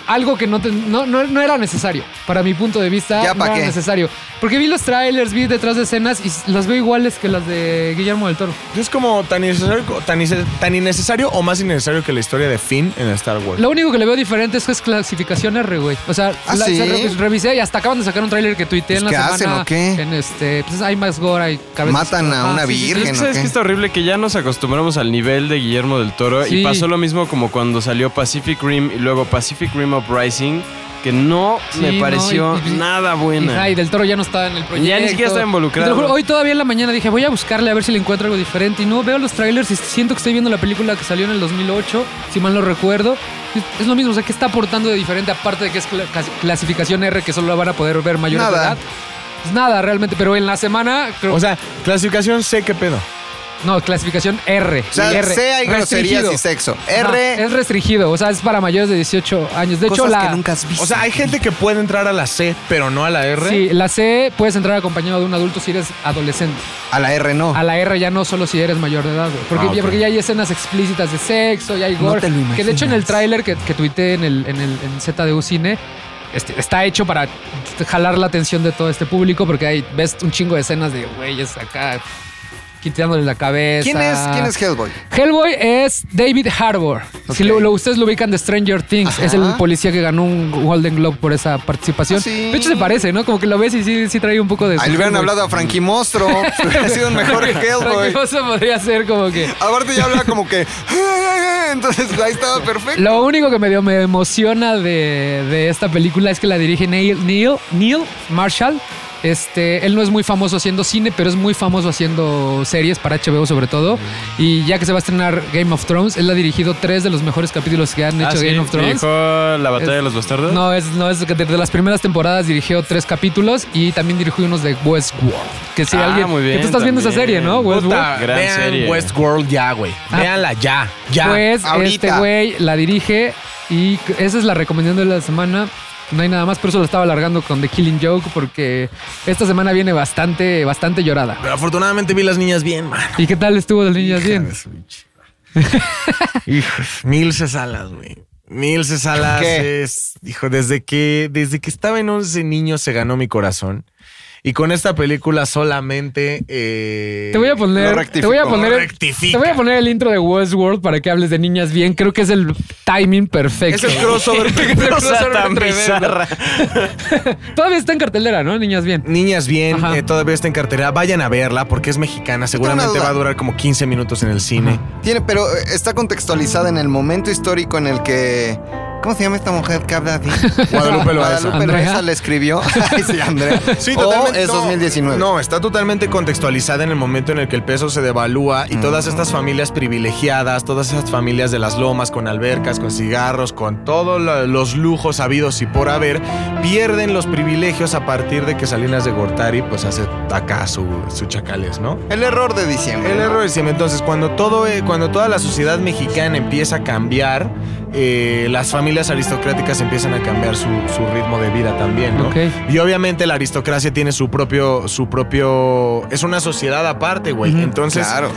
A: algo que no, te- no, no- no era necesario. Para mi punto de vista,
B: ¿Ya
A: no
B: pa'
A: era
B: qué?
A: necesario. Porque vi los trailers, vi detrás de escenas y s- las veo iguales que las de Guillermo del Toro.
C: Es como tan innecesario, tan, inse- tan innecesario o más innecesario que la historia de Finn en Star Wars.
A: Lo único que le veo diferente es que es clasificación R, güey. O sea,
B: ¿Ah,
A: la-
B: sí?
A: se re- revisé y hasta acaban de sacar un tráiler que tuiteé en la
B: Pues, ¿qué
A: semana.
B: hacen o qué?
A: En este, pues hay más gore, hay cabezas.
B: Matan a
A: Ah,
B: una
A: sí, sí, sí.
B: virgen. ¿o
D: ¿Sabes
B: qué?
D: qué está horrible? Que ya nos acostumbramos al nivel de Guillermo del Toro
A: Sí.
D: y pasó lo mismo como cuando salió Pacific Rim y luego Pacific Rim Uprising, que no
A: Sí, no,
D: me pareció
A: y- y-
D: nada buena.
A: Ajá, y del toro ya no está en el proyecto.
D: Ya ni siquiera está involucrado.
A: Y te lo juro, hoy todavía en la mañana dije, voy a buscarle a ver si le encuentro algo diferente. Y no, veo los trailers y siento que estoy viendo la película que salió en el 2008, si mal no recuerdo. Y Es lo mismo, o sea, ¿qué está aportando de diferente? Aparte de que es cla- clas- clasificación R, que solo la van a poder ver mayores de
B: Nada.
A: edad. Pues nada, realmente, pero en la semana... creo-
C: O sea, clasificación sé qué pedo.
A: no, clasificación R.
B: O sea,
A: R,
B: C hay groserías
A: restringido.
B: y sexo.
A: Ajá,
B: R,
A: es restringido, o sea, es para mayores de 18 años. De hecho,
B: cosas
A: la...
B: que nunca has visto.
C: O sea, hay gente que puede entrar a la C, pero no a la R.
A: Sí, la C puedes entrar acompañado de un adulto si eres adolescente.
B: a la R no.
A: A la R ya no solo si eres mayor de edad, güey. Porque,
C: Ah, ok.
A: ya, porque ya hay escenas explícitas de sexo, ya hay gore.
B: te lo
A: que de hecho en el
B: imaginas.
A: tráiler que, que tuiteé en el, en el en ZDU Cine, este, está hecho para jalar la atención de todo este público, porque hay, ves un chingo de escenas de güeyes acá quitándole la cabeza.
B: ¿Quién es, ¿Quién es Hellboy?
A: Hellboy es David Harbour.
B: Ok.
A: Si lo, lo- ustedes lo ubican de Stranger Things,
B: Ajá.
A: es el policía que ganó un Golden Globe por esa participación.
B: Ah, sí.
A: De hecho se parece, ¿no? Como que lo ves y sí, sí trae un poco de...
B: Ahí le hubieran
A: Hellboy.
B: hablado a Frankie Monstro. hubiera sido un mejor
A: Cualquier
B: Hellboy.
A: cosa podría ser como que...
B: Aparte ya hablaba como que... Entonces ahí estaba perfecto.
A: Lo único que medio me emociona de, de esta película es que la dirige Neil, Neil, Neil Marshall. Este, él no es muy famoso haciendo cine, pero es muy famoso haciendo series para HBO sobre todo. Y ya que se va a estrenar Game of Thrones, él ha dirigido tres de los mejores capítulos que han
D: Ah,
A: hecho
D: ¿sí?
A: Game of
D: ¿Me
A: Thrones.
D: dijo la batalla
A: Es-
D: de los bastardos?
A: No, es, no es que desde las primeras temporadas dirigió tres capítulos y también dirigió unos de Westworld. Que si
D: Ah,
A: alguien.
D: muy bien,
A: que tú estás viendo esa
D: también.
A: serie, ¿no?
D: Puta,
A: Westworld.
D: gran
C: Vean
D: serie.
C: Westworld ya, güey.
A: Ah.
C: Véanla ya, ya.
A: Pues
B: ahorita.
A: este güey la dirige y esa es la recomendación de la semana. No hay nada más, por eso lo estaba alargando con The Killing Joke porque esta semana viene bastante, bastante llorada.
C: Pero afortunadamente vi las niñas bien, man.
A: ¿Y qué tal estuvo de las niñas bien?
C: Hijos, Milce Salas, güey. Milce Salas
B: ¿Qué?
C: es, hijo, desde que, desde que estaba en 11 niños se ganó mi corazón. Y con esta película solamente. eh,
A: Te voy a
B: Lo
A: poner.
B: rectifico,
A: Te voy a
B: lo
A: poner.
C: rectifica.
A: Te voy a poner el intro de Westworld para que hables de niñas bien. Creo que es el timing perfecto.
B: Es el crossover
A: Es el crossover tremendo. Todavía está en cartelera, ¿no? Niñas bien.
C: Niñas bien,
A: Ajá.
C: eh, todavía está en cartera. Vayan a verla porque es mexicana. Seguramente
B: duda.
C: va a durar como 15 minutos en el cine.
B: Tiene, pero eh, está contextualizada en el momento histórico en el que. ¿Cómo se llama esta mujer que habla de
C: Guadalupe Loaiza.
B: Guadalupe
A: Andrea.
B: Loaiza la escribió. Ay, sí, Andrea.
C: Sí,
B: O
C: totalmente.
B: es
C: no,
B: 2019.
C: No, está totalmente contextualizada en el momento en el que el peso se devalúa y todas estas familias privilegiadas, todas esas familias de las lomas con albercas, con cigarros, con todos lo- los lujos habidos y por haber, pierden los privilegios a partir de que Salinas de Gortari pues hace acá su, su chacales, ¿no?
B: El error de diciembre.
C: El error es entonces cuando todo eh, cuando toda la sociedad mexicana empieza a cambiar, eh, las familias aristocráticas empiezan a cambiar su, su ritmo de vida también, ¿no?
A: Ok.
C: Y obviamente la aristocracia tiene su propio su propio es una sociedad aparte, güey.
A: Ujú.
C: Entonces
B: Claro.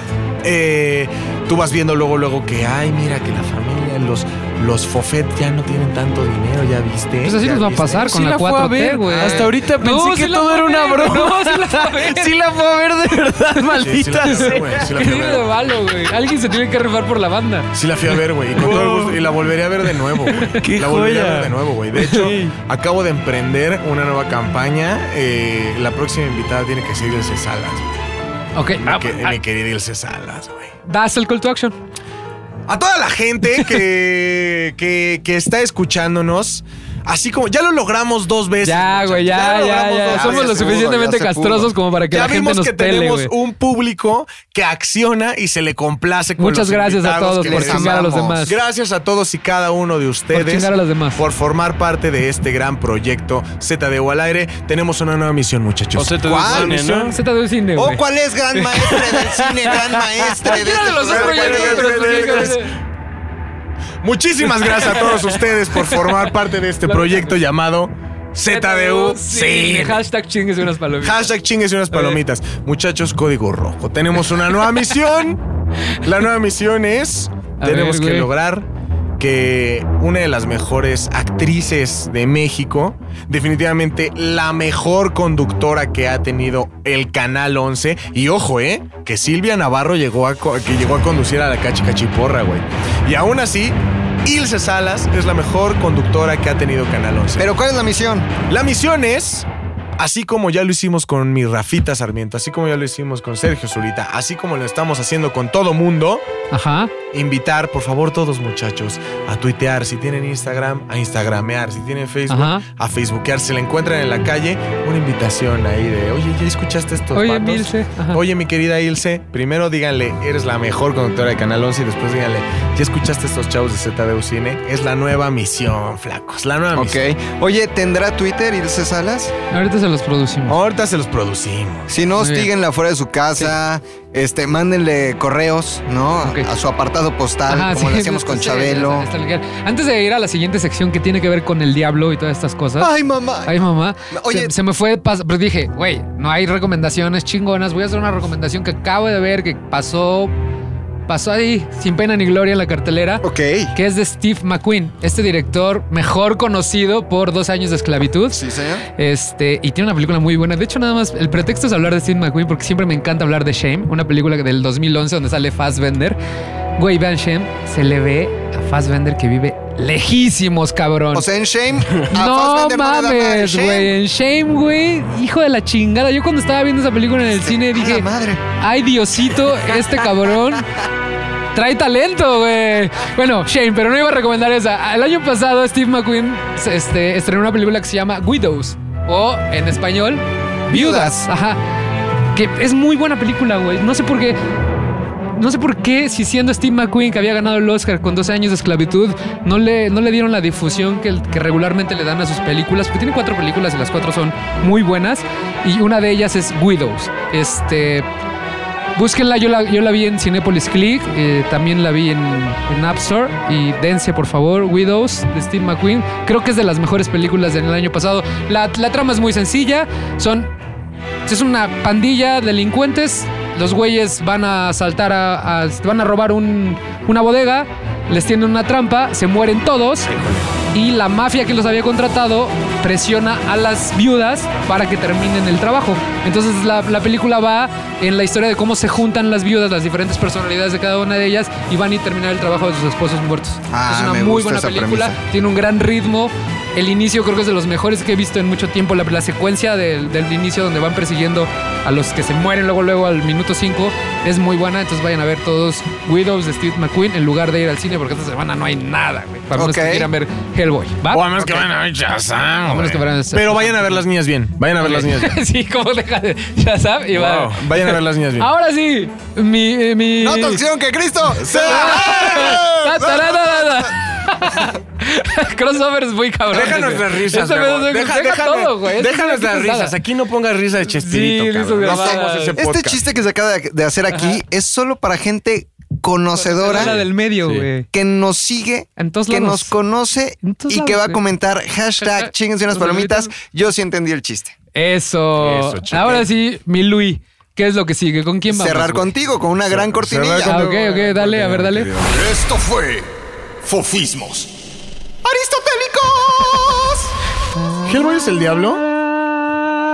C: eh, tú vas viendo luego luego que ay mira que la familia los los Fofet ya no tienen tanto dinero, ya viste.
A: Pues así
C: ¿Ya
A: nos va a
C: viste?
A: pasar con
D: Sí
A: la
D: la fue a
A: 4T,
D: ver.
A: güey.
D: Hasta ahorita pensé que
A: sí la
D: todo
A: fue
D: era
A: a
D: una
A: ver,
D: broma.
A: No, sí la fue a ver.
D: Sí la puedo ver de verdad,
C: Sí, sí la
D: maldita
C: fui a ver,
D: sea.
C: güey, sí la
A: ¿Qué
C: fui a
A: tiene de
C: ver.
A: malo, güey? Alguien se tiene que rifar por la banda.
C: Sí la fui a ver, güey. Y con todo el gusto. Y la volveré a ver de nuevo, güey.
D: ¡Qué
C: La volveré a
D: joya!
C: ver de nuevo, güey. De hecho,
D: Sí.
C: acabo de emprender una nueva campaña. Eh, la próxima invitada tiene que ser Ilse Salas. güey.
A: Ok,
C: Mi,
A: ah,
C: que-
A: ah,
C: mi querida Ilse Salas, güey.
A: das el call to action.
C: A toda la gente que, que, que está escuchándonos. Así como, ya lo logramos dos veces.
A: Ya, güey, ya,
C: lo
A: ya,
C: logramos
A: ya.
C: dos veces,
A: Somos lo
B: ya se pudo,
A: suficientemente
B: ya se pudo.
A: castrosos como para que
C: ya
A: la gente
C: vimos
A: nos
C: que
A: pele,
C: tenemos
A: güey.
C: un público que acciona y se le complace con
A: Muchas
C: los
A: gracias a
C: invitados
A: todos
C: que
A: por
C: les
A: chingar a los
B: amamos.
A: demás.
C: Gracias a todos y cada uno de ustedes
A: Por chingar a los demás.
C: por formar parte de este gran proyecto ZDU al aire. Tenemos una nueva misión, muchachos.
D: O sea, te
B: ¿Cuál?
D: dicen, ¿no?
A: Z de un cine,
B: ¿O
A: güey.
B: cuál es gran maestre del cine, gran maestre de
A: Cualquiera
B: este
A: de los dos
B: programa?
A: proyectos,
C: Pero,
A: pero,
C: pero,
A: pues,
C: pero, Muchísimas gracias a todos ustedes por formar parte de este proyecto llamado ZDU. Sí.
A: Hashtag chingues unas palomitas.
C: Hashtag chingues y unas
A: bien.
C: palomitas. Muchachos, código rojo. Tenemos una nueva misión. La nueva misión es.
A: A
C: tenemos
A: ver,
C: que
A: güey.
C: lograr que una de las mejores actrices de México, definitivamente la mejor conductora que ha tenido el Canal 11, y ojo, ¿eh? Que Silvia Navarro llegó a, co- que llegó a conducir a la Cachi Cachiporra, güey. Y aún así, Ilse Salas es la mejor conductora que ha tenido Canal 11.
B: Pero ¿cuál es la misión?
C: La misión es, así como ya lo hicimos con mi Rafita Sarmiento, así como ya lo hicimos con Sergio Zurita, así como lo estamos haciendo con todo mundo,
A: Ajá.
C: invitar, por favor, todos muchachos, a tuitear, si tienen Instagram, a instagramear, si tienen Facebook,
A: Ajá.
C: a facebookear, si la encuentran en la calle, una invitación ahí de, oye, ¿ya escuchaste estos
A: Oye,
C: vatos?
A: Milce. Ajá.
C: Oye, mi querida Ilse, primero díganle, eres la mejor conductora de Canal 11 y después díganle, ¿ya escuchaste estos chavos de ZDU Cine? Es la nueva misión, flacos, la nueva
B: Ok.
C: misión.
B: Oye, ¿tendrá Twitter Ilse Salas?
A: Ahorita se los producimos.
C: Ahorita se los producimos.
B: Si no,
A: Muy bien.
B: hostíguenla fuera de su casa, este, mándenle correos, ¿no?
A: Ok.
B: A su apartado postal, como
A: sí,
B: lo hacíamos
A: sí,
B: con
A: sí,
B: Chabelo.
A: está legal. Antes de ir a la siguiente sección que tiene que ver con el diablo y todas estas cosas.
B: Ay, mamá.
A: ¿Eh? Ay, mamá.
B: Oye.
A: se, se me fue, pas- pero dije, güey, no hay recomendaciones chingonas. Voy a hacer una recomendación que acabo de ver que pasó, pasó ahí sin pena ni gloria en la cartelera,
B: Ok.
A: que es de Steve McQueen, este director mejor conocido por Dos años de esclavitud.
B: Sí, señor.
A: Este, y tiene una película muy buena. De hecho, nada más, el pretexto es hablar de Steve McQueen porque siempre me encanta hablar de Shame, una película del 2011 donde sale Fassbender. Güey, vean Shame, se le ve a Fassbender que vive lejísimos, cabrón.
B: O sea, en Shame. a
A: No
B: Fassbender le da madre,
A: mames,
B: Shame.
A: güey. En Shame, güey. Hijo de la chingada. Yo cuando estaba viendo esa película en el cine
B: A la
A: dije,
B: madre.
A: ay Diosito, este cabrón trae talento, güey. Bueno, Shame, pero no iba a recomendar esa. El año pasado Steve McQueen se- este, estrenó una película que se llama Widows o en español Viudas. Ajá. Que es muy buena película, güey. No sé por qué. No sé por qué, si siendo Steve McQueen, que había ganado el Oscar con 12 años de esclavitud, no le, no le dieron la difusión que, que regularmente le dan a sus películas. Porque tiene cuatro películas y las cuatro son muy buenas. Y una de ellas es Widows. Este. Búsquenla, yo la, yo la vi en Cinepolis Click, eh, también la vi en, en App Store. Y dense, por favor, Widows de Steve McQueen. Creo que es de las mejores películas del año pasado. La, la trama es muy sencilla. Son. Es una pandilla de delincuentes. Los güeyes van a saltar a. a- van a robar un- una bodega. Les tienen una trampa. Se mueren todos. y la mafia que los había contratado presiona a las viudas para que terminen el trabajo. Entonces la, la película va en la historia de cómo se juntan las viudas, las diferentes personalidades de cada una de ellas y van a terminar el trabajo de sus esposos muertos.
B: Ah,
A: es una
B: me
A: muy
B: gusta
A: buena
B: esa
A: película,
B: premisa.
A: tiene un gran ritmo. El inicio creo que es de los mejores que he visto en mucho tiempo. La, la secuencia del, del inicio donde van persiguiendo a los que se mueren luego luego al minuto 5 es muy buena. Entonces vayan a ver todos Widows de Steve McQueen en lugar de ir al cine porque esta semana no hay nada, güey. Para menos
B: Ok.
A: que quieran ver Hellboy. ¿va?
C: O a menos que vayan a ver Shazam,
A: Ah, A menos
C: güey.
A: que vayan a-
C: Pero vayan a ver las niñas bien. Vayan a ver las niñas bien.
A: sí, como deja de... Ya sabes, y va.
D: Wow.
C: Vayan a ver las niñas bien.
A: Ahora sí, mi... eh, mi...
B: No torcieron que Cristo se
A: Ta, ta, ra, ra, ra, ra. Crossovers muy cabrón.
C: Deja nuestras risas,
A: Eso me-
C: Bebo.
A: deja,
C: Deja- déjame-
A: todo, güey. Eso
C: deja
A: es
C: nuestras
A: una
C: risas.
A: pasada.
C: Aquí no pongas risa de chespirito,
A: Sí, risas
C: cabrón. No
A: grabadas.
C: somos ese
A: Este
B: Este
C: podcast.
B: chiste que se acaba de- de hacer aquí es solo para gente conocedora
A: Habla del medio,
D: Sí.
A: güey.
B: que nos sigue,
A: En todos
B: que
A: lados.
B: nos conoce
A: En todos
B: y que va a
A: lados, güey.
B: comentar hashtag
A: Hashtag
B: chinguense unas
A: unas
B: palomitas.
A: palomitas.
B: Yo sí entendí el chiste.
A: Eso.
C: Eso, chica.
A: Ahora sí, mi Luis, ¿qué es lo que sigue? ¿Con quién vamos?
B: Cerrar
A: güey?
B: contigo con una gran cortinilla.
A: Ah, ok, ok, dale, a ver, dale.
E: Esto fue Fofismos.
B: ¡Aristotélicos!
C: ¿Hellboy es el diablo?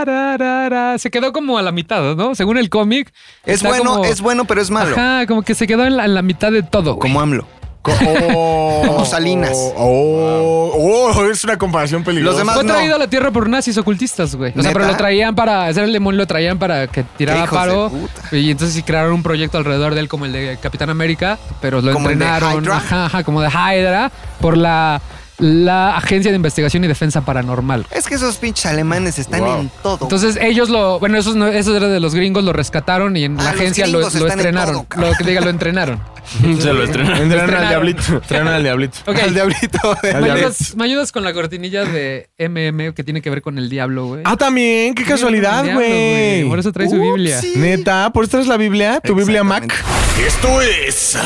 A: Tararara. Se quedó como a la mitad, ¿no? Según el cómic.
B: Es
A: está
B: bueno,
A: como-
B: es bueno, pero es malo.
A: Ajá, como que se quedó en la, en la mitad de todo. güey.
B: Como AMLO.
C: Como
B: Salinas.
C: Oh, oh, es una comparación peligrosa.
B: Los demás-
A: Fue
B: no.
A: traído a la tierra por nazis ocultistas, güey. O
B: ¿Neta?
A: sea, pero lo traían para. Ese era el demonio, lo traían para que tirara
B: ¿Qué hijos de
A: paro.
B: puta?
A: Y entonces sí crearon un proyecto alrededor de él, como el de Capitán América, pero lo
B: ¿Como el de
A: entrenaron.
B: Hydra?
A: ajá, ajá, como de Hydra, por la, la Agencia de Investigación y Defensa Paranormal.
B: Es que esos pinches alemanes están en todo.
A: Entonces ellos lo, bueno, esos no, esos eran de los gringos, lo rescataron y en
B: Ah,
A: la
B: los
A: agencia lo,
B: gringos
A: lo
B: están en todo,
A: estrenaron.
B: cabrón.
A: Lo que diga, lo entrenaron.
D: Se lo estrenó.
C: Entrenan al
A: Estrenaron.
C: diablito. Entrenan al diablito.
A: Ok.
B: Al diablito. güey.
A: ¿Me
C: Al
A: ayudas, me ayudas con la cortinilla de MM que tiene que ver con el diablo, güey?
C: Ah, también. Qué casualidad,
A: Diablo,
C: güey.
A: Por eso trae su Biblia.
B: Upsi.
C: Neta, ¿por eso traes la Biblia? ¿Tu Biblia Mac?
B: Exactamente.
E: Esto es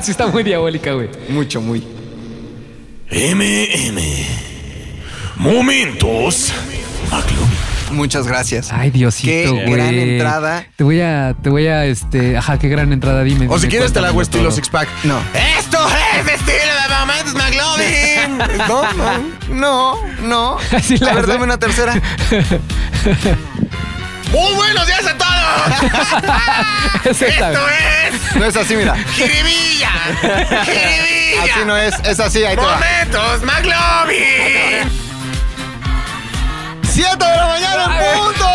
A: sí está muy diabólica, güey.
B: Mucho, muy.
E: MM. Momentos. Maclo.
B: Muchas gracias.
A: Ay, Diosito,
B: Qué
A: güey.
B: gran entrada.
A: Te voy a, te voy a, este, ajá, qué gran entrada, dime.
C: O si
A: dime,
C: quieres te la hago
A: cuéntamelo
C: estilo
A: todo.
C: six pack.
B: No.
C: Esto es estilo de Momentos McLovin.
B: No, no, no, no.
A: Así la
B: A ver,
A: hace.
B: dame una tercera.
E: Muy buenos días a todos.
A: Es esta,
E: Esto
A: güey.
E: es
B: No es así, mira.
E: Jiribilla.
B: Así
E: Jiribilla.
B: no es, es así, ahí te va.
E: Momentos McLovin.
B: ¡Siete de la mañana
A: Ay,
B: en
A: güey.
B: punto!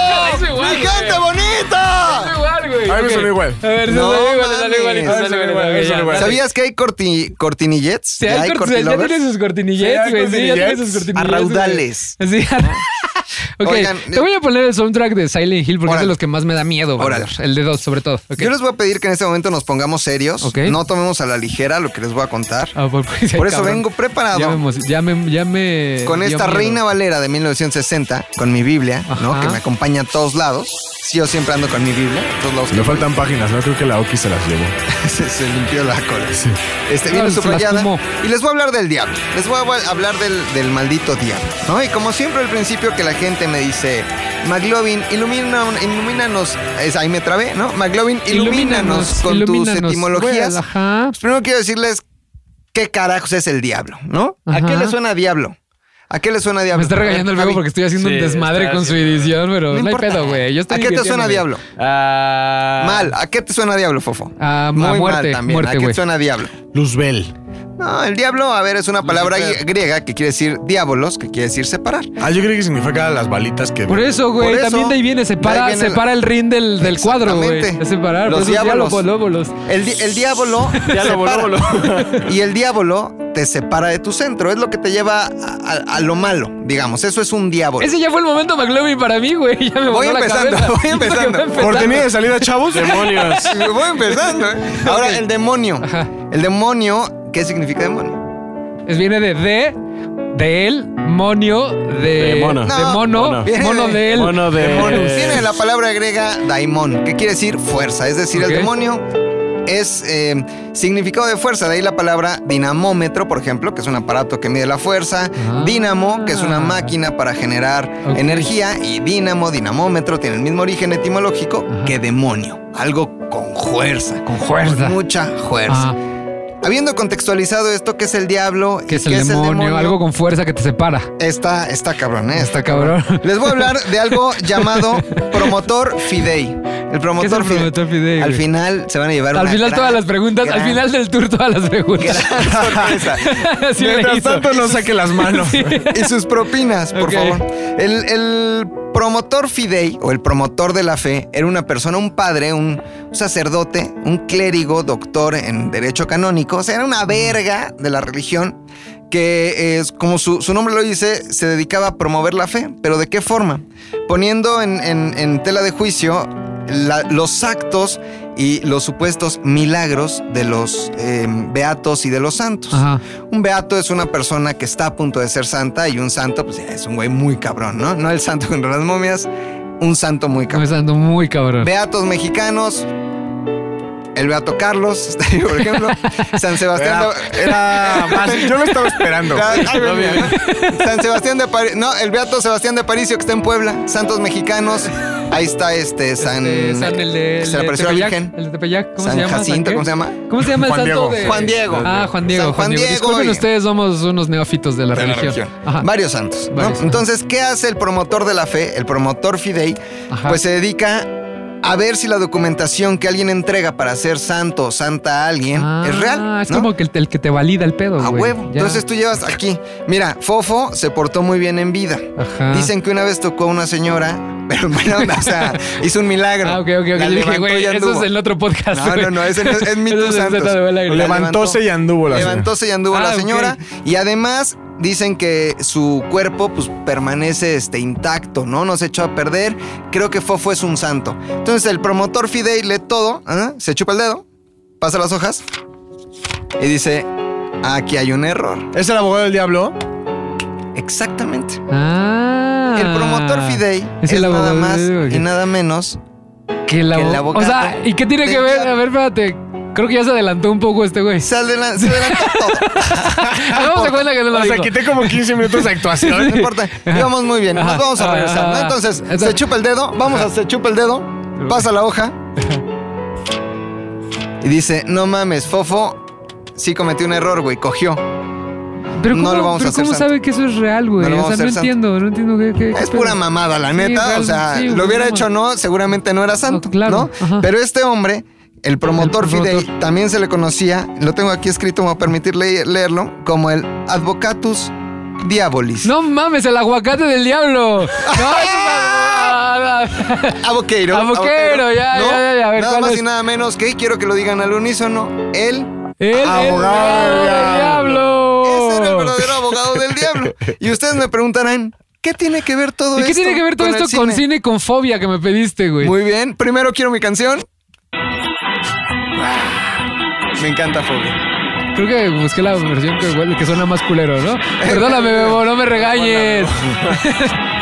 A: Es igual,
B: ¡Mi
A: güey.
B: gente
A: Es
B: bonita!
A: igual, güey.
C: A mí me
A: Ok.
C: salió igual.
A: A ver,
B: No
A: no, salió igual, salió igual,
B: mames.
A: salió igual,
C: Salió
A: ok,
C: igual,
A: ya,
C: salió
A: dale.
B: ¿Sabías que hay corti, cortinillets?
A: Sí, hay
B: ¿Hay
A: corti- ya
B: cortilovers?
A: tiene sus
C: Sí, hay
A: cortinilletes, güey. Sí, ya tiene
C: cortinillettes.
A: sus cortinilletes.
B: A
A: güey.
B: raudales.
A: Sí. ok,
B: Oigan,
A: te voy a poner el soundtrack de Silent Hill porque
B: Órale.
A: es de los que más me da miedo, güey.
B: Órale.
A: El de dos, sobre todo. Ok.
B: Yo les voy a pedir que en este momento nos pongamos serios.
A: Ok.
B: No tomemos a la ligera lo que les voy a contar.
A: Ah, pues, pues, ay,
B: Por eso
A: cabrón.
B: vengo preparado.
A: Ya me, emo- ya me, ya me
B: con
A: dio
B: esta
A: miedo.
B: Reina Valera de 1960, con mi Biblia, ¿no?
A: Ajá.
B: Que me acompaña a todos lados. Sí, yo siempre ando con mi Biblia. a Todos lados que
C: Le faltan páginas, ¿no? Creo que la Oki se las llevó.
B: se, se limpió la cola. Este
A: Ah,
B: viene
A: se
B: subrayada.
A: lastimó.
B: Y les voy a hablar del diablo. Les voy a hablar del, del maldito diablo. ¿no? Y como siempre al principio que la gente me dice, McLovin, ilumina, ilumínanos. Es, ahí me trabé, ¿no? McLovin, ilumínanos, con tus
A: ilumínanos,
B: etimologías.
A: güey, ajá.
B: Pues primero quiero decirles qué carajos es el diablo, ¿no? ¿A
A: Ajá.
B: qué le suena diablo? ¿A qué le suena diablo?
A: Me está
B: A ver,
A: regañando el
B: Javi,
A: bebo porque estoy haciendo
D: Sí,
A: un desmadre
D: está
A: con su
D: haciendo-
A: edición, pero no, hay
B: importa.
A: pedo, güey. Yo estoy
B: ¿A qué te suena
A: divirtiéndome. Ah,
B: diablo?
D: Ah,
B: Mal. ¿A qué te suena diablo, Fofo?
A: A- a
B: Muy mal
A: muerte,
B: también.
A: muerte,
B: ¿A qué te
A: güey.
B: suena diablo?
C: Luzbel.
B: No, el diablo, a ver, es una palabra
D: Lucifer.
B: griega que quiere decir diabolos, que quiere decir separar.
C: Ah, yo creo que significa las balitas que...
A: Por eso, güey,
B: Por eso,
A: también de ahí viene,
B: de
A: separa,
B: ahí viene
A: separa el rin del, del cuadro, güey.
B: Exactamente.
A: Es separar, por
B: Los
A: eso es
B: diablos.
A: diabolóbolos.
B: El, di- el diablo
D: Diablo,
B: separa.
D: bolo, bolo.
B: y el diablo te separa de tu centro, es lo que te lleva a, a- a lo malo, digamos, eso es un diablo.
A: Ese ya fue el momento McLovin para mí, güey. Ya me
B: Voy
A: voló la
B: empezando,
A: cabeza.
B: voy empezando.
C: Cortinilla de salida, chavos.
D: demonios.
B: Voy empezando. ¿eh? Ahora, el demonio.
A: Ajá.
B: El demonio, ¿qué significa demonio?
A: Es, viene de de, de él, monio, de,
D: De mono.
A: de
B: No,
A: mono,
B: viene
A: mono
B: de-
A: de él.
D: Mono de.
A: Demonus.
B: Eh, Tiene la palabra griega daimon, que quiere decir fuerza, es decir, el
A: Ok.
B: demonio es eh, significado de fuerza, de ahí la palabra dinamómetro, por ejemplo, que es un aparato que mide la fuerza,
A: Ah.
B: dínamo, que es una máquina para generar
A: Ok.
B: energía, y dínamo, dinamómetro, tiene el mismo origen etimológico
A: Ajá.
B: que demonio, algo con fuerza,
A: Con fuerza. Ah.
B: con mucha fuerza.
A: Ajá.
B: Habiendo contextualizado esto, ¿qué es el diablo?
A: Que
B: y
A: es el,
B: qué
A: demonio, algo con fuerza que te separa.
B: Está, está cabrón, ¿eh?
A: Está cabrón.
B: Les voy a hablar de algo llamado promotor Fidei. El
A: ¿Qué es el
B: promotor Fidei.
A: promotor Fidei,
B: Al
A: güey?
B: final se van a llevar
A: Al
B: una
A: final
B: gran-
A: todas las preguntas, al
B: gran-
A: final del tour todas las preguntas.
B: gran sorpresa.
A: Así le
C: Mientras
A: hizo.
C: tanto, no saque las manos.
A: Sí.
B: y sus propinas, por
A: Ok.
B: favor. El, el promotor Fidei o el promotor de la fe era una persona, un padre, un sacerdote, un clérigo, doctor en derecho canónico. O sea, era una verga de la religión que, es, como su, su nombre lo dice, se dedicaba a promover la fe. ¿Pero de qué forma? Poniendo en, en- en tela de juicio la- los actos y los supuestos milagros de los eh, beatos y de los santos.
A: Ajá.
B: Un beato es una persona que está a punto de ser santa y un santo, pues ya es un güey muy cabrón, ¿no? No el santo contra las momias, un santo muy
A: Me
B: cabrón.
A: está dando muy cabrón.
B: Beatos mexicanos, el beato Carlos, está ahí, por ejemplo, San Sebastián. de-
C: Era más. Yo me estaba esperando.
B: era- ay,
C: No,
B: güey,
C: mira.
B: ¿no? San Sebastián de París, no, el beato Sebastián de Aparicio que está en Puebla, santos mexicanos, ahí está este San,
A: Este, San el de.
B: que
A: el
B: se
A: de
B: le apareció la
A: Tepeyac,
B: Virgen,
A: El de Tepeyac, ¿cómo
B: San
A: se llama?
B: Jacinto,
A: qué?
B: ¿cómo se llama?
A: ¿Cómo se llama el
C: Juan
A: santo
C: Diego.
A: de-
B: Juan Diego.
A: Ah, Juan Diego.
B: San
A: Juan Diego. Disculpen
B: y-
A: ustedes, somos unos neófitos de la
B: de la
A: religión.
B: religión.
A: Ajá.
B: Varios santos. ¿no?
A: Varios, ajá.
B: Entonces, ¿qué hace el promotor de la fe? El promotor Fidei,
A: Ajá.
B: pues se dedica a ver si la documentación que alguien entrega para ser santo o santa a alguien
A: Ah,
B: eh, es real.
A: Es
B: ¿no?
A: como que el, el que te valida el pedo,
B: a
A: güey.
B: huevo.
A: Ya.
B: Entonces tú llevas aquí. Mira, Fofo se portó muy bien en vida.
A: Ajá.
B: Dicen que una vez tocó a una señora, pero en buena onda, o sea, hizo un milagro.
A: Ah, ok, ok, ok.
B: La
A: Yo dije,
B: levantó
A: güey,
B: y
A: eso es
B: anduvo.
A: el otro podcast.
B: No,
A: güey.
B: no, no, ese no es- es mi
A: Eso
B: Tú
A: de
B: Santos.
A: Zeta de Baila Grande.
C: Levantóse y anduvo la señora.
B: Levantóse y anduvo
A: Ah,
B: la
A: ok.
B: señora. Y además dicen que su cuerpo pues, permanece este, intacto, ¿no? No se echó a perder. Creo que Fofo es un santo. Entonces el promotor Fidei lee todo, ¿ah? se chupa el dedo, pasa las hojas y dice, aquí hay un error.
C: ¿Es el abogado del diablo?
B: Exactamente.
A: Ah.
B: El promotor Fidei es,
A: el
B: nada
A: abogado
B: más
A: de-
B: y nada menos.
A: Que el
B: que el
A: abo- O
B: abogado
A: sea, ¿y qué tiene que
B: del
A: ver?
B: diablo.
A: A ver, espérate. Creo que ya se adelantó un poco este güey.
B: Se adelan- se adelantó todo.
A: Hagamos de cuenta que no lo
C: O sea,
A: dijo.
C: quité como 15 minutos de actuación.
B: No importa. Íbamos muy bien. Nos vamos a
A: Ajá.
B: regresar. ¿no? Entonces,
A: Entonces-
B: se chupa el dedo. Vamos a se chupa el dedo. Pasa la hoja. Y dice, no mames, Fofo. Sí cometí un error, güey. Cogió.
A: Pero
B: no
A: ¿cómo,
B: lo vamos
A: pero
B: a hacer
A: ¿cómo
B: santo.
A: sabe que eso es real, güey?
B: No lo
A: o
B: vamos
A: sea,
B: a
A: no
B: hacer
A: entiendo, no entiendo qué. qué-
B: Es
A: qué
B: pura
A: pedo.
B: mamada, la
A: Sí,
B: neta. o
A: realmente,
B: sea,
A: sí,
B: lo
A: güey,
B: hubiera
A: no
B: hecho
A: mames.
B: no, seguramente no era santo,
A: No, claro,
B: ¿no?
A: ajá.
B: Pero este hombre, el promotor
A: El
B: Fidei,
A: promotor.
B: también se le conocía, lo tengo aquí escrito, me voy a permitir le- leerlo, como el Advocatus Diabolis.
A: No mames, el aguacate del diablo. No, es una-
B: Aboqueiro.
A: Aboqueiro, ya, ya, ya, ya, a ver,
B: nada
A: ¿cuál
B: más
A: es?
B: y nada menos que quiero que lo digan al unísono. Él.
A: El el
C: Abogado del
A: abogado del
B: Ese era el
A: diablo.
B: verdadero abogado del diablo. Y ustedes me preguntarán, ¿qué tiene que ver todo
A: ¿Y
B: esto?
A: qué tiene que ver todo
B: el
A: esto con cine y con fobia que me pediste, güey?
B: Muy bien. Primero quiero mi canción. Me encanta Fobia.
A: Creo que busqué la versión que, huele- que suena más culero, ¿no? Perdóname, Bebo, no me regañes.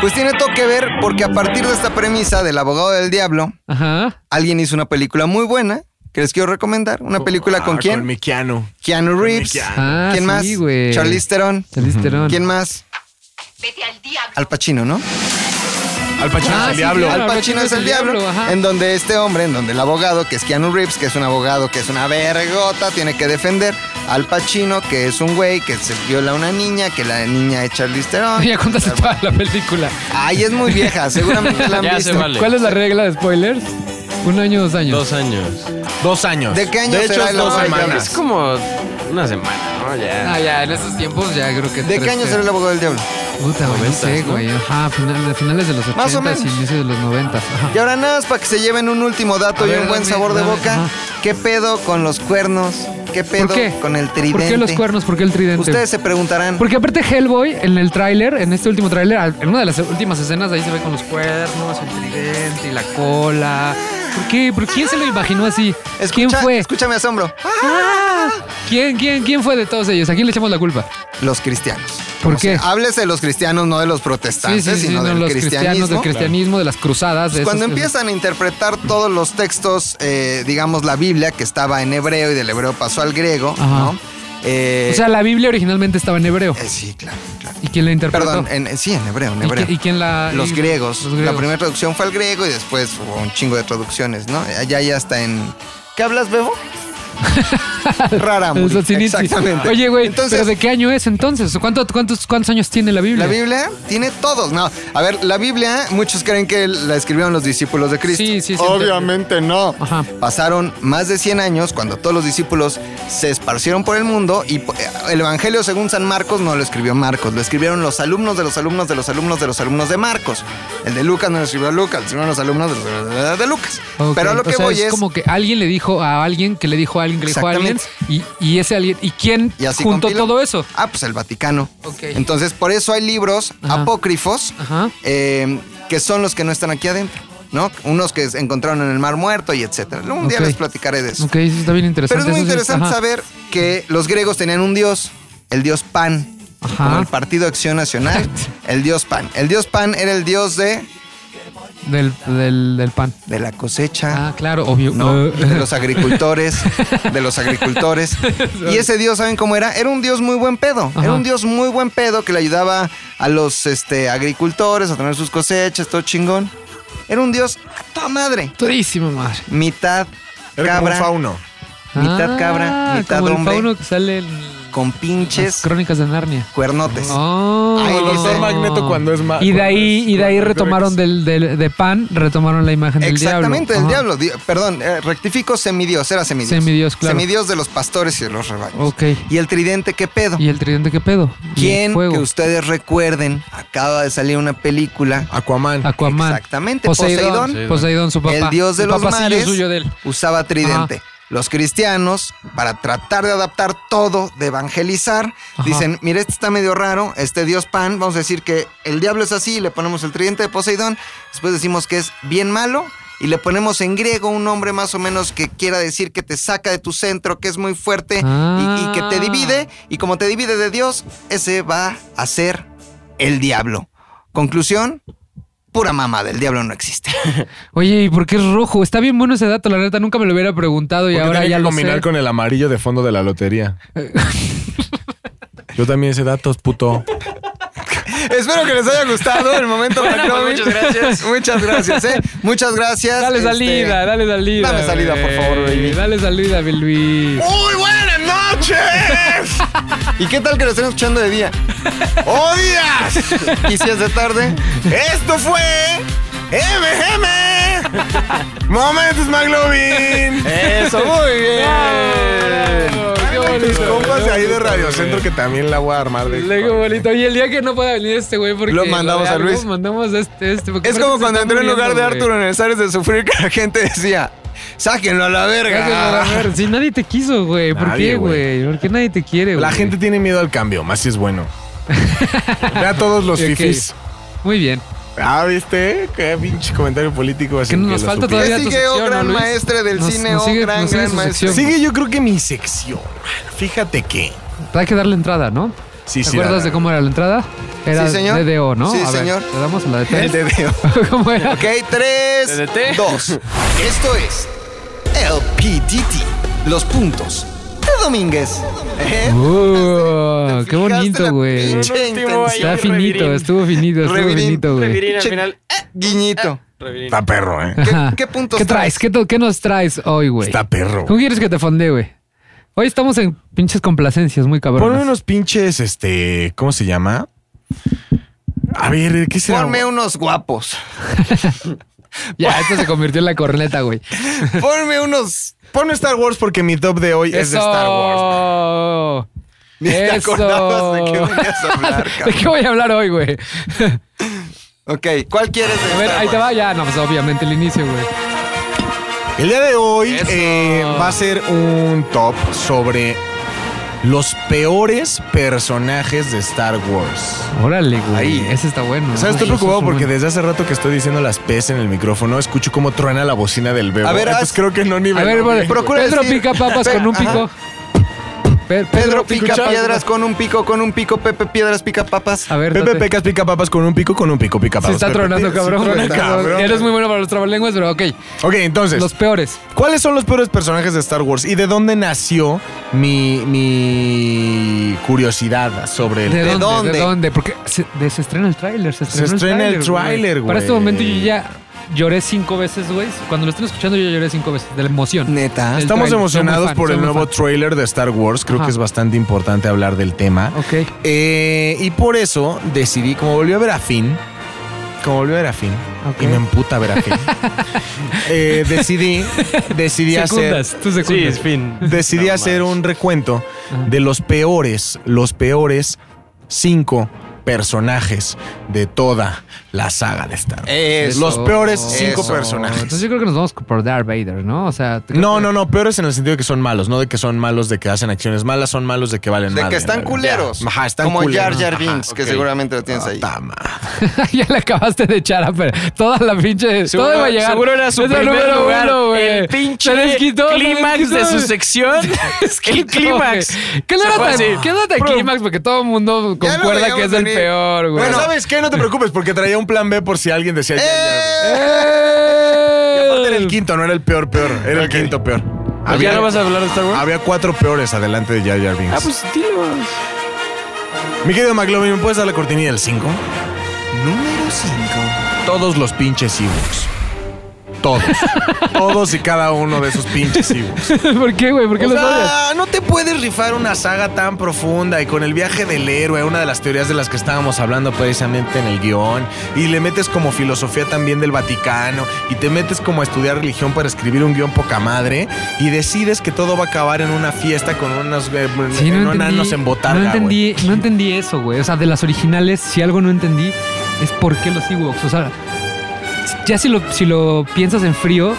B: Pues tiene todo que ver porque a partir de esta premisa del abogado del diablo,
A: Ajá.
B: alguien hizo una película muy buena que les quiero recomendar. Una película con
C: Ah,
B: quién?
C: Con mi Keanu.
B: Keanu Reeves.
C: Keanu.
A: Ah,
B: ¿Quién
A: sí,
B: más?
A: güey.
B: Charlize Theron.
A: Charlize Theron.
B: ¿Quién más?
F: Vete al diablo.
B: Al Pacino, ¿no?
C: Al Pachino
A: Ah,
C: del
A: sí,
C: diablo.
A: claro.
B: Al Pacino es el diablo.
A: ajá.
B: En donde este hombre, en donde el abogado, que es Keanu Reeves, que es un abogado, que es una vergota, tiene que defender al Pacino, que es un güey que se viola a una niña, que la niña es Charlize Theron.
A: Ya contaste toda la película.
B: Ay, es muy vieja, seguramente la han
D: Ya se
B: visto.
D: vale.
A: ¿Cuál es la regla de spoilers? Un año, dos años.
D: Dos años.
C: Dos años.
B: ¿De qué año
C: De hecho,
B: será
C: es
B: el
C: dos
B: abogado del
C: semanas.
D: Es como una semana, ¿no? Ya.
A: Ah, ya, en esos tiempos ya creo que.
B: ¿De qué año será el abogado del diablo?
A: Puta, güey, no sé, güey. Ajá, final- finales de los 80
B: Más o
A: y
B: menos.
A: inicios de los 90. Ajá.
B: Y ahora nada más para que se lleven un último dato
A: A
B: y
A: ver,
B: un buen
A: dame,
B: sabor de
A: dame,
B: boca.
A: ajá.
B: ¿Qué pedo con los cuernos? ¿Qué pedo
A: ¿Por qué?
B: con el tridente?
A: ¿Por qué los cuernos? ¿Por qué el tridente?
B: Ustedes se preguntarán.
A: Porque aparte Hellboy en el tráiler, en este último tráiler, al- en una de las últimas escenas ahí se ve con los cuernos, el tridente y la cola. ¿Por qué? ¿Por quién se lo imaginó así? ¿Quién
B: Escucha-
A: fue?
B: Escúchame asombro.
A: ¿Quién, quién, ¿Quién fue de todos ellos? ¿A quién le echamos la culpa?
B: Los cristianos.
A: ¿Por
B: O sea,
A: qué?
B: háblese de los cristianos, no de los protestantes, sino
A: no,
B: del
A: los
B: cristianismo. Pues
A: cristianos, del cristianismo, de las cruzadas. de
B: Cuando
A: esos-
B: empiezan a interpretar todos los textos, eh, digamos la Biblia, que estaba en hebreo y del hebreo pasó al griego,
A: Ajá.
B: ¿no? Eh,
A: O sea, la Biblia originalmente estaba en hebreo.
B: eh, sí, claro, claro.
A: ¿Y quién la interpretó?
B: Perdón, en- eh, sí, en hebreo, en
A: ¿Y,
B: hebreo.
A: qui- y quién la...?
B: los,
A: y-
B: griegos.
A: los griegos.
B: La primera traducción fue al griego y después hubo un chingo de traducciones, ¿no? Allá ya está en... ¿Qué hablas, Bebo? Rara
A: El
B: Muri.
A: Solzhenitsyn.
B: Exactamente.
A: Oye, güey,
B: Entonces,
A: ¿pero de qué año es entonces? ¿Cuánto- cuántos, ¿Cuántos años tiene la Biblia?
B: la Biblia tiene todos. No, a ver, la Biblia, muchos creen que la escribieron los discípulos de Cristo.
A: Sí, sí, sí.
B: Obviamente no.
A: Ajá.
B: Pasaron más de 100 años cuando todos los discípulos se esparcieron por el mundo y po- el Evangelio según San Marcos no lo escribió Marcos, lo escribieron los alumnos de los alumnos de los alumnos de los alumnos de Marcos. El de Lucas no lo escribió Lucas, lo escribieron los alumnos de, los- de Lucas.
A: Ok,
B: Pero a lo
A: o
B: que
A: sea,
B: voy
A: es,
B: es...
A: como que alguien le dijo a alguien que le dijo a alguien que le dijo a alguien y, y ese alguien y quién
B: Y así
A: juntó
B: compiló.
A: todo eso.
B: Ah, pues el Vaticano.
A: Ok.
B: Entonces, por eso hay libros
A: Ajá.
B: apócrifos
A: Ajá.
B: eh, que son los que no están aquí adentro, ¿no? Unos que se encontraron en el Mar Muerto y etcétera. Un día
A: Ok.
B: les platicaré de eso.
A: Ok, eso está bien
B: Pero
A: interesante.
B: es muy
A: eso sí
B: interesante
A: ajá.
B: saber que los griegos tenían un dios, el dios Pan,
A: Ajá.
B: como el Partido Acción Nacional, el dios Pan. El dios Pan era el dios de,
A: Del, del, del pan.
B: de la cosecha,
A: Ah, claro, obvio.
B: ¿no?
A: Eh,
B: De los agricultores, de los agricultores. Y ese dios, ¿saben cómo era? Era un dios muy buen pedo.
A: Ajá.
B: Era un dios muy buen pedo que le ayudaba a los este, agricultores a tener sus cosechas, todo chingón. Era un dios a toda madre.
A: Durísimo, madre.
B: Mitad
C: Era como un
B: cabra,
C: fauno.
B: mitad cabra,
A: Ah,
B: mitad
A: como El
B: hombre,
A: fauno que sale en
B: con
A: las
B: pinches
A: crónicas de Narnia.
B: cuernotes.
A: Oh.
B: Ahí
C: el
B: dice.
C: doctor Magneto cuando es ma-
A: Y de
C: cuando
A: ahí,
C: es-
A: y de ahí
C: cuando es
A: retomaron
C: Rex.
A: del, del- de pan, retomaron la imagen del diablo.
B: Exactamente,
A: Ajá.
B: el diablo. Di- perdón, eh, rectifico semidios, era semidios.
A: Semidios, claro.
B: Semidios de los pastores y de los rebaños.
A: Ok.
B: Y el tridente, ¿qué pedo?
A: ¿Y el tridente qué pedo? Y
B: ¿Quién
A: el fuego.
B: que ustedes recuerden acaba de salir una película?
C: Aquaman.
A: Aquaman.
B: Exactamente,
A: Poseidón.
B: Poseidón.
A: Poseidón, su papá.
B: el dios de
A: El
B: los
A: papacillo
B: mares
A: suyo de él.
B: usaba tridente. Los cristianos, para tratar de adaptar todo, de evangelizar,
A: Ajá.
B: dicen, mira, este está medio raro, este dios pan, vamos a decir que el diablo es así, y le ponemos el tridente de Poseidón, después decimos que es bien malo, y le ponemos en griego un nombre más o menos que quiera decir que te saca de tu centro, que es muy fuerte y- y, que te
A: Ah.
B: divide, y como te divide de Dios, ese va a ser el diablo. Conclusión, pura mamada, el diablo no existe.
A: Oye, ¿y por qué es rojo? Está bien bueno ese dato, la neta, nunca me lo hubiera preguntado y
C: Porque
A: ahora
C: tiene
A: ya
C: que
A: lo
C: combinar
A: sé.
C: con el amarillo de fondo de la lotería. Yo también sé datos, puto.
B: Espero que les haya gustado el momento
D: Bueno, pues,
B: McLovin.
D: muchas gracias.
B: Muchas gracias, ¿eh? Muchas gracias.
A: Dale
B: Este,
A: salida, dale salida.
B: dame salida, por
A: güey.
B: favor, baby.
A: Dale salida, mi Luis.
E: ¡Muy buenas noches!
B: ¿Y qué tal que lo estén escuchando de día?
E: ¡Oh, días!
B: ¿Y si es de tarde?
E: Esto fue MGM Momentos McLovin.
B: Eso, muy bien.
A: Qué
C: Mis
A: bonito.
C: compas de ahí de Radio Centro que también la voy a armar de.
A: Luego bonito. Y el día que no pueda venir este güey porque
B: Lo mandamos
A: de
B: a
A: algo,
B: Luis.
A: Mandamos a este, este porque
B: Es
A: aparte
B: como
A: se
B: cuando
A: está
B: entré en lugar de
A: muriendo,
B: Arturo
A: güey.
B: en el Zares de Sufrir, que la gente decía, sáquenlo a la
A: Gracias por
B: verga.
A: ver. Si nadie te quiso, güey. ¿Por
C: Nadie,
A: qué, güey? ¿Por qué nadie te quiere, güey?
C: La gente tiene miedo al cambio, más si es bueno. Ve a todos los
A: Ok.
C: fifis.
A: Muy bien.
C: Ah, ¿viste? Qué pinche comentario político así.
A: Que no nos
C: lo
A: falta
C: supiera.
A: todavía
B: ¿Qué
A: tu
B: sigue, oh,
A: sección,
B: gran
A: ¿no, Luis?
B: maestre del
A: Nos-
B: cine,
A: nos
B: oh,
A: sigue-
B: gran,
A: nos sigue
B: gran
A: su
B: maestre?
A: sección.
C: Sigue yo creo que mi sección. Fíjate que.
A: Hay que darle entrada, ¿no?
C: Sí,
A: ¿Te
C: sí,
A: acuerdas
C: la-
A: de cómo era la entrada? Era
B: Sí, señor.
A: DDO, ¿no?
B: Sí,
A: A ver,
B: señor.
A: ¿Le damos la de
B: El
A: tres?
B: de Dios.
A: ¿Cómo era?
B: Ok, 3,
D: TDT.
B: 2. Esto es LPTT. Los puntos de Domínguez. ¿Eh?
A: Uh,
B: ¿Te
A: qué
B: fijaste la
A: bonito, güey.
B: pinche
D: Último ahí.
A: Está
B: intención?
D: Ay,
A: finito,
D: revirín.
A: estuvo finito, estuvo
B: Revirín,
A: finito, güey.
D: Revirín al final.
B: Eh, Guiñito.
D: Revirín.
C: Está perro, ¿eh?
A: Ajá.
B: qué puntos
A: ¿Qué traes?
B: traes?
A: ¿Qué, to- qué nos traes hoy, güey?
C: Está perro.
A: ¿Cómo quieres que te fonde, güey? Hoy estamos en pinches complacencias, muy cabrón.
C: Ponme unos pinches, este. ¿Cómo se llama? A ver, ¿qué será?
B: Ponme unos guapos.
A: Ya, esto se convirtió en la corneta, güey.
B: Ponme unos.
C: Ponme Star Wars porque mi top de hoy es de Star Wars.
A: Wars.
B: Ni te
A: Eso.
B: acordabas de qué venías a hablar,
A: ¿De
B: cabrón.
A: qué voy a hablar hoy, güey?
B: Ok, ¿cuál quieres de
A: A ver,
B: Star
A: ahí te
B: Wars?
A: va ya. No, pues obviamente el inicio, güey.
C: El día de hoy eh, va a ser un top sobre los peores personajes de Star Wars.
A: Órale, güey.
B: Ahí.
A: Ese está bueno.
C: ¿Sabes? Estoy
A: Ay, ese
C: preocupado
A: está
C: porque
A: bueno.
C: desde hace rato que estoy diciendo las P's en el micrófono, escucho cómo truena la bocina del bebé.
B: A ver,
C: Entonces
B: haz-
C: creo que no nivel.
A: A ver, vale.
B: Procura
A: Pedro
B: decir-
A: pica papas
B: Pe-
A: con un
B: ajá.
A: pico. Pe-
B: Pedro pica
A: Escucha-
B: piedras con un pico, con un pico. Pepe piedras pica papas.
A: A ver,
C: Pepe
A: date.
C: Pecas pica papas con un pico, con un pico pica
A: Se
C: papas.
A: está
C: Pepe,
A: tronando,
C: sí,
A: cabrón.
C: trona, cabrón.
A: Eres muy bueno para los trabalenguas, pero ok.
C: Ok, entonces,
A: Los peores.
C: ¿cuáles son los peores personajes de Star Wars y de dónde nació mi, mi curiosidad sobre el
A: ¿De
C: tema?
A: dónde?
B: dónde?
A: ¿De dónde? Porque se, de- se estrena el tráiler. Se,
C: estrena el tráiler, güey.
A: Para este momento yo ya lloré cinco veces, güey. Cuando lo estén escuchando, yo lloré cinco veces de la emoción.
B: Neta.
A: El trailer, soy
C: Estamos
A: muy
C: emocionados
A: fan,
C: por
A: soy
C: el
A: muy
C: nuevo
A: fan.
C: trailer de Star Wars. Creo
A: Ajá.
C: que es bastante importante hablar del tema.
A: Ok.
C: Eh, y por eso decidí, como volvió a ver a Finn, como volvió a ver a Finn,
A: Ok.
C: y me emputa ver a Finn, eh, decidí, decidí hacer,
A: Secundas, tú
D: Sí,
A: secundas.
D: es fin.
C: decidí
D: No
C: hacer
D: manches.
C: un recuento
A: Ajá.
C: de los peores, los peores cinco personajes de toda la saga de Star Wars.
B: Eso.
C: los peores cinco
B: Eso.
C: personajes.
A: Entonces yo creo que nos vamos por Darth Vader, ¿no? O sea, creo
C: No,
A: que-
C: no, no, peores en el sentido de que son malos, no de que son malos de que hacen acciones malas, son malos de que valen
B: De
C: madre,
B: que están
C: ¿no?
B: culeros.
C: Ya. Ajá, están
B: Como Jar
C: culeros.
B: Jar
C: Ajá,
B: Binks, que
C: ok.
B: seguramente lo tienes ahí.
C: Ah, ta madre.
A: ya le acabaste de echar a per- toda la pinche. todo iba a llegar.
D: seguro era su
A: Es el
D: primer
A: número
D: lugar.
A: uno, güey.
D: el pinche
A: Se les quitó, se les
D: clímax
A: quitó,
D: de su
A: güey.
D: sección. el clímax.
A: ¿Qué
D: Se
A: no
D: fue
A: era
D: así.
A: tan, qué no era tan clímax? Porque todo el mundo
B: Ya lo
A: concuerda que
B: veíamos
A: es el
B: venir.
A: peor, güey.
C: Bueno, ¿sabes qué? No te preocupes, porque traía un plan B por si alguien decía. Jar Jar Binks.
A: ¡Eh!
C: Aparte Era el quinto, no era el peor, peor. Era el quinto peor.
B: Ah,
D: Pues ¿Ya no vas a hablar de Star Wars?
C: había cuatro peores adelante de Jar Jar Binks.
D: Ah, pues dilo.
C: Mi querido McLovin, ¿me puedes dar la cortinilla del 5?
B: Número 5.
C: Todos los pinches Ewoks. Todos. Todos y cada uno de esos pinches Ewoks.
A: ¿Por qué, güey? ¿Por qué
C: O
A: los
C: sea,
A: odias?
C: no te puedes rifar una saga tan profunda y con el viaje del héroe, una de las teorías de las que estábamos hablando precisamente en el guión, y le metes como filosofía también del Vaticano, y te metes como a estudiar religión para escribir un guión poca madre, y decides que todo va a acabar en una fiesta con unos eh,
A: Sí,
C: en
A: no
C: enanos
A: entendí,
C: en botarga,
A: no
C: güey.
A: entendí, no entendí eso, güey. O sea, de las originales, si algo no entendí, es por qué los Ewoks. O sea, ya si lo, si lo piensas en frío,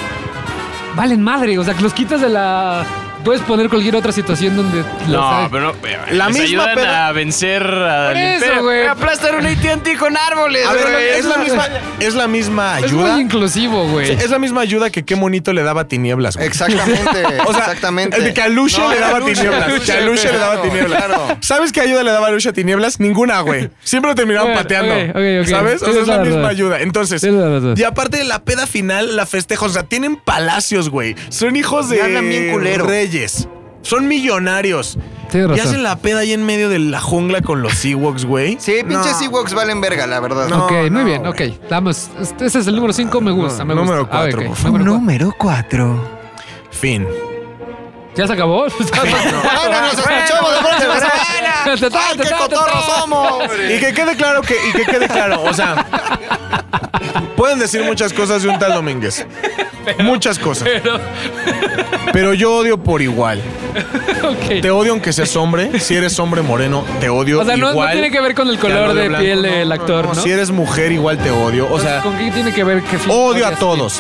A: valen madre. O sea, que los quitas de la... Puedes poner cualquier otra situación donde... los
D: No,
A: hay.
D: pero no.
C: La
D: La
C: misma
D: ayudan
C: peda-
D: a vencer
A: Por
D: al
A: eso,
D: imperio.
A: güey.
D: Aplastar un AT&T con árboles,
C: A ver,
D: güey.
C: es la misma, es la misma
A: Es
C: ayuda.
A: muy inclusivo, güey.
C: Es la misma ayuda que qué monito le daba tinieblas. güey.
B: Exactamente.
C: O sea,
B: exactamente.
C: el de que a Lucia le daba tinieblas. Que a Lucia le daba
B: claro,
C: tinieblas.
B: Claro.
C: ¿Sabes qué ayuda le daba a Lucia Tinieblas? Ninguna, güey. Siempre lo terminaban
A: Bueno,
C: pateando.
A: ok, ok, ok.
C: ¿Sabes? O sea,
A: Tienes
C: es la
A: la
C: misma
A: razón.
C: ayuda. Entonces,
A: Tienes la razón.
C: y aparte de la peda final, la festeja. O sea, tienen palacios, güey. Son hijos de
B: Ganan bien culero.
C: reyes. Son millonarios.
A: Tienes
C: Y
A: razón.
C: hacen la peda ahí en medio de la jungla con los Ewoks, güey.
B: Sí, pinches
C: No.
B: Ewoks valen verga, la verdad.
C: No,
A: ok, muy
C: no,
A: bien,
C: güey.
A: ok. Vamos, este ese es el número 5, me gusta, me
C: Número
A: gusta. Ah,
C: cuatro,
A: ok,
C: por favor.
A: número cuatro.
B: cuatro.
C: Fin.
A: ¿Ya se acabó?
B: Bueno, nos escuchamos la próxima semana. ¡Ay, qué cotorros somos!
C: Y que quede claro que, y que quede claro, o sea, pueden decir muchas cosas de un tal Domínguez. muchas cosas. Pero, yo odio por igual.
A: Ok.
C: Te odio aunque seas hombre. Si eres hombre moreno, te odio
A: O sea, no,
C: igual.
A: no tiene que ver con el
C: al
A: color
C: odio
A: de
C: blanco.
A: piel
C: No,
A: del
C: no,
A: actor,
C: no,
A: ¿no?
C: Si eres mujer, igual te odio. O sea,
A: ¿con qué tiene que ver que fin
C: odio a
A: odias?
C: todos.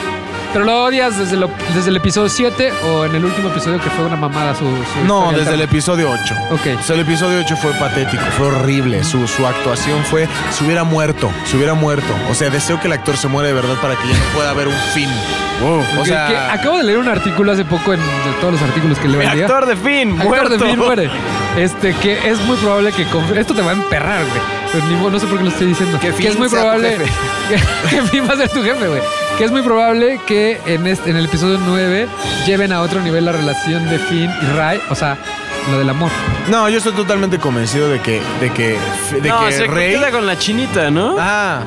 A: Pero lo odias desde, lo- desde el episodio 7 o en el último episodio que fue una mamada su. su
C: No,
A: historia
C: desde el
A: alterna?
C: episodio 8.
A: Ok.
C: O sea, el episodio 8 fue patético, fue horrible. Su, su actuación fue. Se hubiera muerto, se hubiera muerto. O sea, deseo que el actor se muera de verdad para que ya no pueda haber un fin. O
A: Que- que
C: sea,
A: acabo de leer un artículo hace poco en de todos los artículos que leo
D: El
A: al día.
D: actor de fin,
A: Actor
D: muerto.
A: de Bill muere. Este, que es muy probable que. con- Esto te va a emperrar, güey. Pero ni modo, no sé por qué lo estoy diciendo.
B: Que
A: es
B: Finn
A: muy
B: sea tu
A: probable.
B: jefe.
A: Que, que Finn va a ser tu jefe, güey. Que es muy probable que en, este, en el episodio 9 lleven a otro nivel la relación de Finn y Ray. O sea, lo del amor.
C: no, yo estoy totalmente convencido de que. de que. de
D: no,
C: que
D: se
C: Rey.
D: queda con la chinita, ¿no?
C: Ah,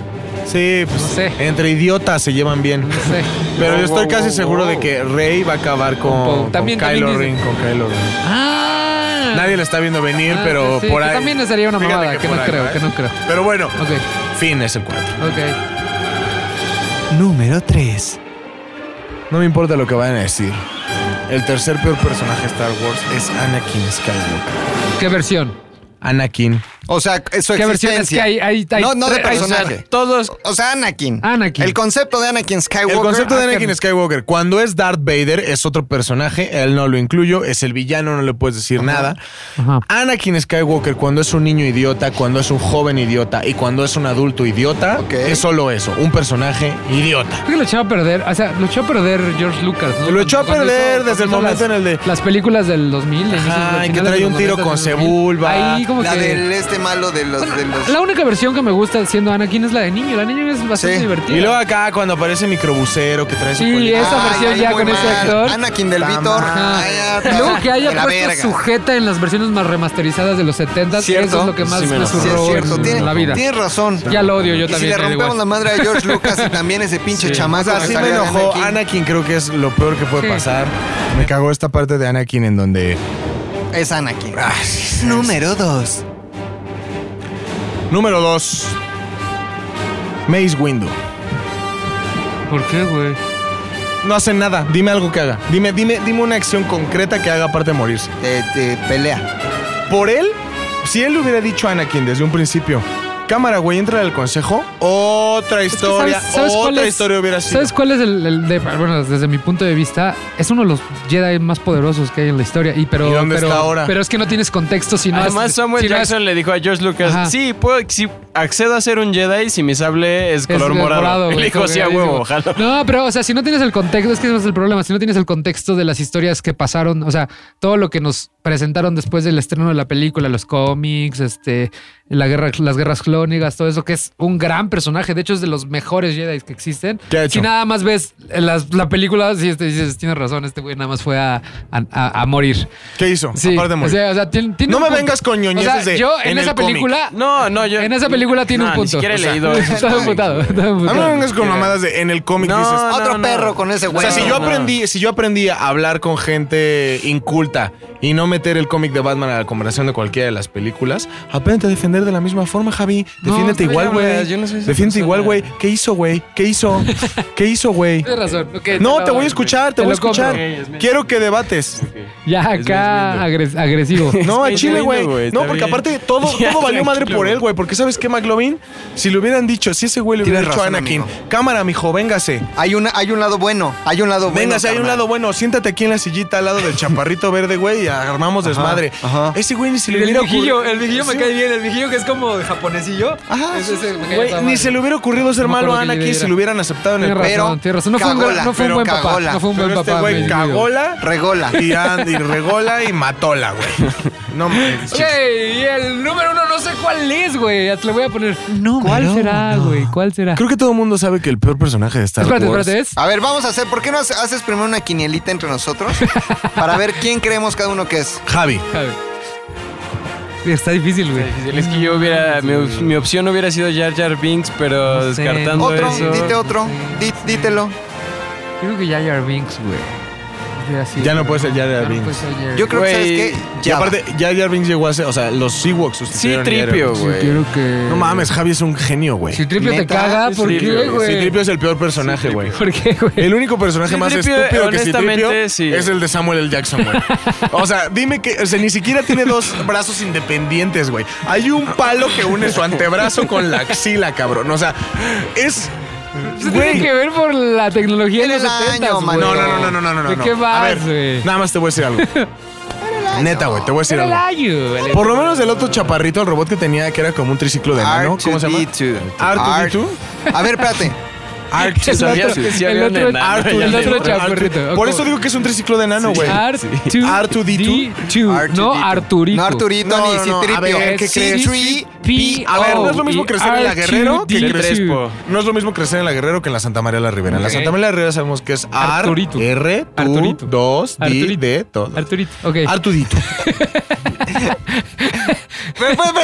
C: sí, pues.
A: No sé.
C: Entre idiotas se llevan bien.
A: No sé.
C: Pero yo
D: Wow,
C: estoy
D: wow,
C: casi
D: wow,
C: seguro
D: wow.
C: de que Rey va a acabar con,
A: Con Poe.
C: con
A: También-
C: Kylo
A: también
C: Ren,
A: dice-
C: con Kylo Ren.
A: ¡Ah!
C: Nadie la está viendo venir,
A: Ah,
C: pero
A: sí, sí,
C: por
A: que
C: ahí.
A: también sería una
C: Fíjate
A: mamada, que
C: por
A: no
C: ahí
A: creo,
C: va,
A: que
C: ¿eh?
A: no creo.
C: Pero bueno,
A: Ok,
C: fin es el 4.
A: ok.
B: Número 3.
C: No me importa lo que vayan a decir. El tercer peor personaje de Star Wars es Anakin Skywalker.
A: ¿Qué versión?
C: Anakin.
B: O sea, eh, su
A: ¿Qué versión?
B: existencia.
A: Es que hay- hay- hay
B: no, no de
A: tres- hay-
B: personaje.
D: Todos.
B: O sea, Anakin.
A: Anakin. Ah,
B: El concepto de Anakin Skywalker.
C: El concepto de
A: Anakin.
C: Anakin Skywalker, cuando es Darth Vader, es otro personaje, él no lo incluyo, es el villano, no le puedes decir nada.
A: Ajá.
C: Anakin Skywalker, cuando es un niño idiota, cuando es un joven idiota y cuando es un adulto idiota,
B: Ok.
C: es solo eso, un personaje idiota.
A: Creo que lo echó a perder, o sea, lo echó a perder George Lucas, ¿no?
C: Lo echó a
A: Cuando hizo-
C: perder
A: cuando
C: desde el
A: hizo
C: momento
A: las-
C: en el de-
A: Las películas del 2000. de
C: Ajá,
A: inicios- de
C: y que
A: finales
C: trae
A: de
C: un
A: los
C: tiro
A: 90,
C: con
A: de los 2000.
C: Sebulba.
A: Ahí como como
B: La
A: que...
B: del este malo de los... de los-
A: La única versión que me gusta siendo Anakin es la de niño. La niña es bastante
B: Sí.
A: divertida.
C: Y luego acá cuando aparece microbusero que trae su
A: Sí,
C: colita. Ah,
A: esa
B: Ay,
A: versión
B: ay,
A: ya
B: muy
A: con ese
B: mal.
A: actor.
B: Anakin del
C: Está
B: Vitor.
C: mal.
A: Ajá.
B: Ay, ya,
A: Y luego que haya
B: de la
A: puesto
B: verga.
A: sujeta en las versiones más remasterizadas de los 70
B: Cierto.
A: eso es lo que más
D: Sí me
A: me
D: lo-
B: Sí, es
A: zurró
B: cierto.
A: en
B: Tiene-
A: la vida.
B: Tienes razón.
A: Ya lo odio, yo
B: y si le
A: también. me da
B: rompemos
A: igual.
B: la madre a George Lucas y también ese pinche
D: Sí.
C: O
B: chamaco.
C: sea,
B: que
C: sí me
B: salió de
C: enojó.
B: Anakin.
C: Anakin. creo que es lo peor que puede
A: Sí.
C: pasar. Me cagó esta parte de Anakin en donde...
B: Es Anakin.
C: Ah,
B: Número 2.
C: Número 2. Maze Windu.
A: ¿Por qué, güey?
C: No hace nada. Dime algo que haga. Dime, dime, dime una acción concreta que haga aparte de morirse.
B: Te, te pelea.
C: Por él, si él le hubiera dicho a Anakin desde un principio, cámara, güey, entra al consejo, otra
A: Es que
C: historia,
A: ¿sabes- sabes cuál
C: otra
A: es-
C: historia hubiera sido.
A: ¿Sabes cuál es el, el de- bueno, desde mi punto de vista, es uno de los Jedi más poderosos que hay en la historia. Y, pero,
C: ¿Y dónde
A: pero,
C: está ahora?
A: Pero es que no tienes contexto si no has-
D: Además, Samuel
A: si no has-
D: Jackson le dijo a George Lucas:
A: Ajá.
D: Sí, puedo, sí, accedo a ser un Jedi si mi sable es color
A: Es
D: morado. Y
A: güey,
D: le dijo:
A: como
D: Sí, a
A: que
D: huevo,
A: dice-
D: ojalá.
A: No, pero, o sea, si no tienes el contexto, es que ese es el problema. Si no tienes el contexto de las historias que pasaron, o sea, todo lo que nos presentaron después del estreno de la película, los cómics, este, la guerra, las guerras clónicas, todo eso, que es un gran personaje. De hecho, es de los mejores Jedi que existen.
C: ¿Qué ha hecho?
A: Si nada más ves las- la película, si te dices, tienes razón, este güey nada más fue a, a- a- a morir.
C: ¿Qué hizo?
A: Sí,
C: Aparte de
A: o
C: morir.
A: sea, o sea, tiene- tiene
C: No
A: un
C: me
A: punto.
C: vengas con ñoñeces
A: O sea,
C: de-
A: yo
C: en
A: en,
C: el
A: esa
C: cómic.
A: película...
D: No, no, yo.
A: En esa película tiene
D: No,
A: un
D: Ni
A: punto.
D: siquiera he
A: O sea,
D: leído. esos
A: Estaba
D: cómics,
A: emputado,
D: güey.
A: estaba
C: a mí no
A: emputado.
C: me vengas con mamadas de en el cómic
D: No,
C: dices.
D: no,
B: Otro perro con ese
D: O
C: O
B: güey.
C: sea, si yo
D: no.
C: aprendí, si yo aprendí a hablar con gente inculta y no meter el cómic de Batman a la conversación de cualquiera de las películas, aprende a defender de la misma forma, Javi.
A: No,
C: Defiéndete
A: está
C: igual,
D: bien,
C: güey.
D: güey, yo no soy esa
C: Defiéndete
D: persona.
C: igual, güey. ¿Qué hizo, güey? ¿Qué hizo? ¿Qué hizo, güey?
A: Tienes razón. ok,
C: No,
A: lo-
C: te voy a escuchar, te
A: lo
C: voy a escuchar.
A: compro.
D: Ok, es mi-
C: Quiero que debates.
A: Ya acá agres- agresivo.
C: No,
D: Es
C: a
D: que
C: Chile,
D: lindo,
C: güey.
D: güey,
C: No,
D: está
C: porque
D: bien.
C: aparte todo,
D: Ya,
C: todo valió madre
D: tranquilo,
C: por él,
D: güey.
C: güey. Porque ¿sabes qué, McLovin? Si le hubieran dicho, si ese güey le hubiera
B: Tienes
C: dicho a
B: razón,
C: Anakin,
B: amigo.
C: cámara, mijo, véngase.
B: Hay, una, hay un lado bueno. Hay un lado bueno.
C: Venga, si hay un
B: carnal.
C: lado bueno, siéntate aquí en la sillita al lado del chaparrito verde, güey, y armamos desmadre.
B: ajá.
C: Ese güey ni se le
A: El
C: hubiera
A: viejillo,
C: ocurri-
A: el viejillo me
C: Sí, Ah,
A: cae bien, el viejillo que es como japonesillo.
B: Ajá,
A: Ese- ese me cae
C: güey,
A: toda
C: ni
A: madre.
C: se le hubiera ocurrido ser
A: No me
C: malo
A: acuerdo
C: a
A: que le
C: Anakin si
A: hubiera.
C: lo hubieran aceptado en el
A: Tienes
C: pe-
A: razón, tienes
B: pero
A: razón. No fue un,
B: cagola,
A: gran- no fue un
B: pero
A: buen papá.
B: cagola.
A: No fue un buen
C: Pero este
A: papá.
C: güey
A: mi
C: cagola
B: Regola.
C: y, and- y regola y matola, güey. No mames.
A: viejillo. Ok, y el número uno no sé cuál es, güey. Hasta le voy a poner. ¿Cuál será, güey? ¿Cuál será?
C: Creo que todo el mundo sabe que el peor personaje de Star
A: Espérate,
C: Wars
A: espérate, ¿es?
B: A ver, vamos a hacer. ¿Por qué no hace- haces primero una quinielita entre nosotros? para ver quién creemos cada uno que es.
C: Javi.
A: Javi. Está difícil, güey.
D: Es que yo hubiera. Mi, op- mi opción hubiera sido Jar Jar Binks, pero
A: No sé.
D: descartando
B: Otro,
D: eso.
B: dite otro. Di- dítelo.
A: Creo que ya Jar Binks, güey. Hubiera sido-
C: Ya no puede ser Jar
A: Ya
C: Jar
A: no
C: Binks.
A: puede ser Jar
B: Yo creo que sabes
D: Güey,
B: que.
C: Y aparte, ya Jar Binks llegó a ser, o sea, los Ewoks
D: Sí,
C: sustituyeron a Jar
D: tripio,
C: Binks.
A: Sí,
D: güey.
A: creo que.
C: No mames, Javi es un genio, güey.
A: Si Tripio te
B: Neta,
A: caga, ¿por
D: Citripio,
A: qué, güey?
C: Citripio es el peor personaje, güey.
A: ¿Por qué, güey?
C: El único personaje más
D: Citripio,
C: estúpido que
D: honestamente,
C: Citripio
D: sí.
C: es el de Samuel L. Jackson, güey. O sea, dime que o sea, ni siquiera tiene dos brazos independientes, güey. Hay un palo que une su antebrazo con la axila, cabrón. O sea, es
A: Eso tiene que ver por la tecnología de los
B: En el
A: 70
B: año,
A: güey.
B: mano.
C: No, no, no, no, no, no, no.
A: ¿De
C: no.
A: qué
C: A
A: vas,
C: ver,
A: güey?
C: Nada más te voy a decir algo. Neta, güey, te voy a decir
A: Era el
C: algo.
A: año, güey.
C: Por lo menos el otro chaparrito, el robot que tenía, que era como un triciclo de
D: Ah,
C: mano. ¿Cómo se llama?
B: R2D2.
C: R2D2.
B: A ver, espérate.
D: Arch, ¿sabías
A: otro-
D: que sí
A: el
D: había un
A: otro-
D: enano?
A: Arthur,
D: Ya
A: el
D: sé.
A: otro chaparrito.
C: Por eso digo que es un triciclo de nano, güey.
A: R2D2.
C: R2D2.
A: R2D2. No Arturito.
B: No Arturito
C: No,
B: ni
C: no, no,
B: Citripio.
C: a ver, ¿qué crees?
B: C3PO.
C: A ver, no es lo mismo crecer en la Guerrero que
D: El
A: R2D2.
C: crecer.
D: Crespo.
C: No es lo mismo crecer en la Guerrero que en la Santa María la Ribera. En la
A: Ok.
C: Santa María la Ribera sabemos que es Ar,
A: Arturito.
C: R, tu,
A: Arturito.
C: dos, D,
A: Arturito.
C: D, todo.
A: Arturito, ok.
C: Artudito.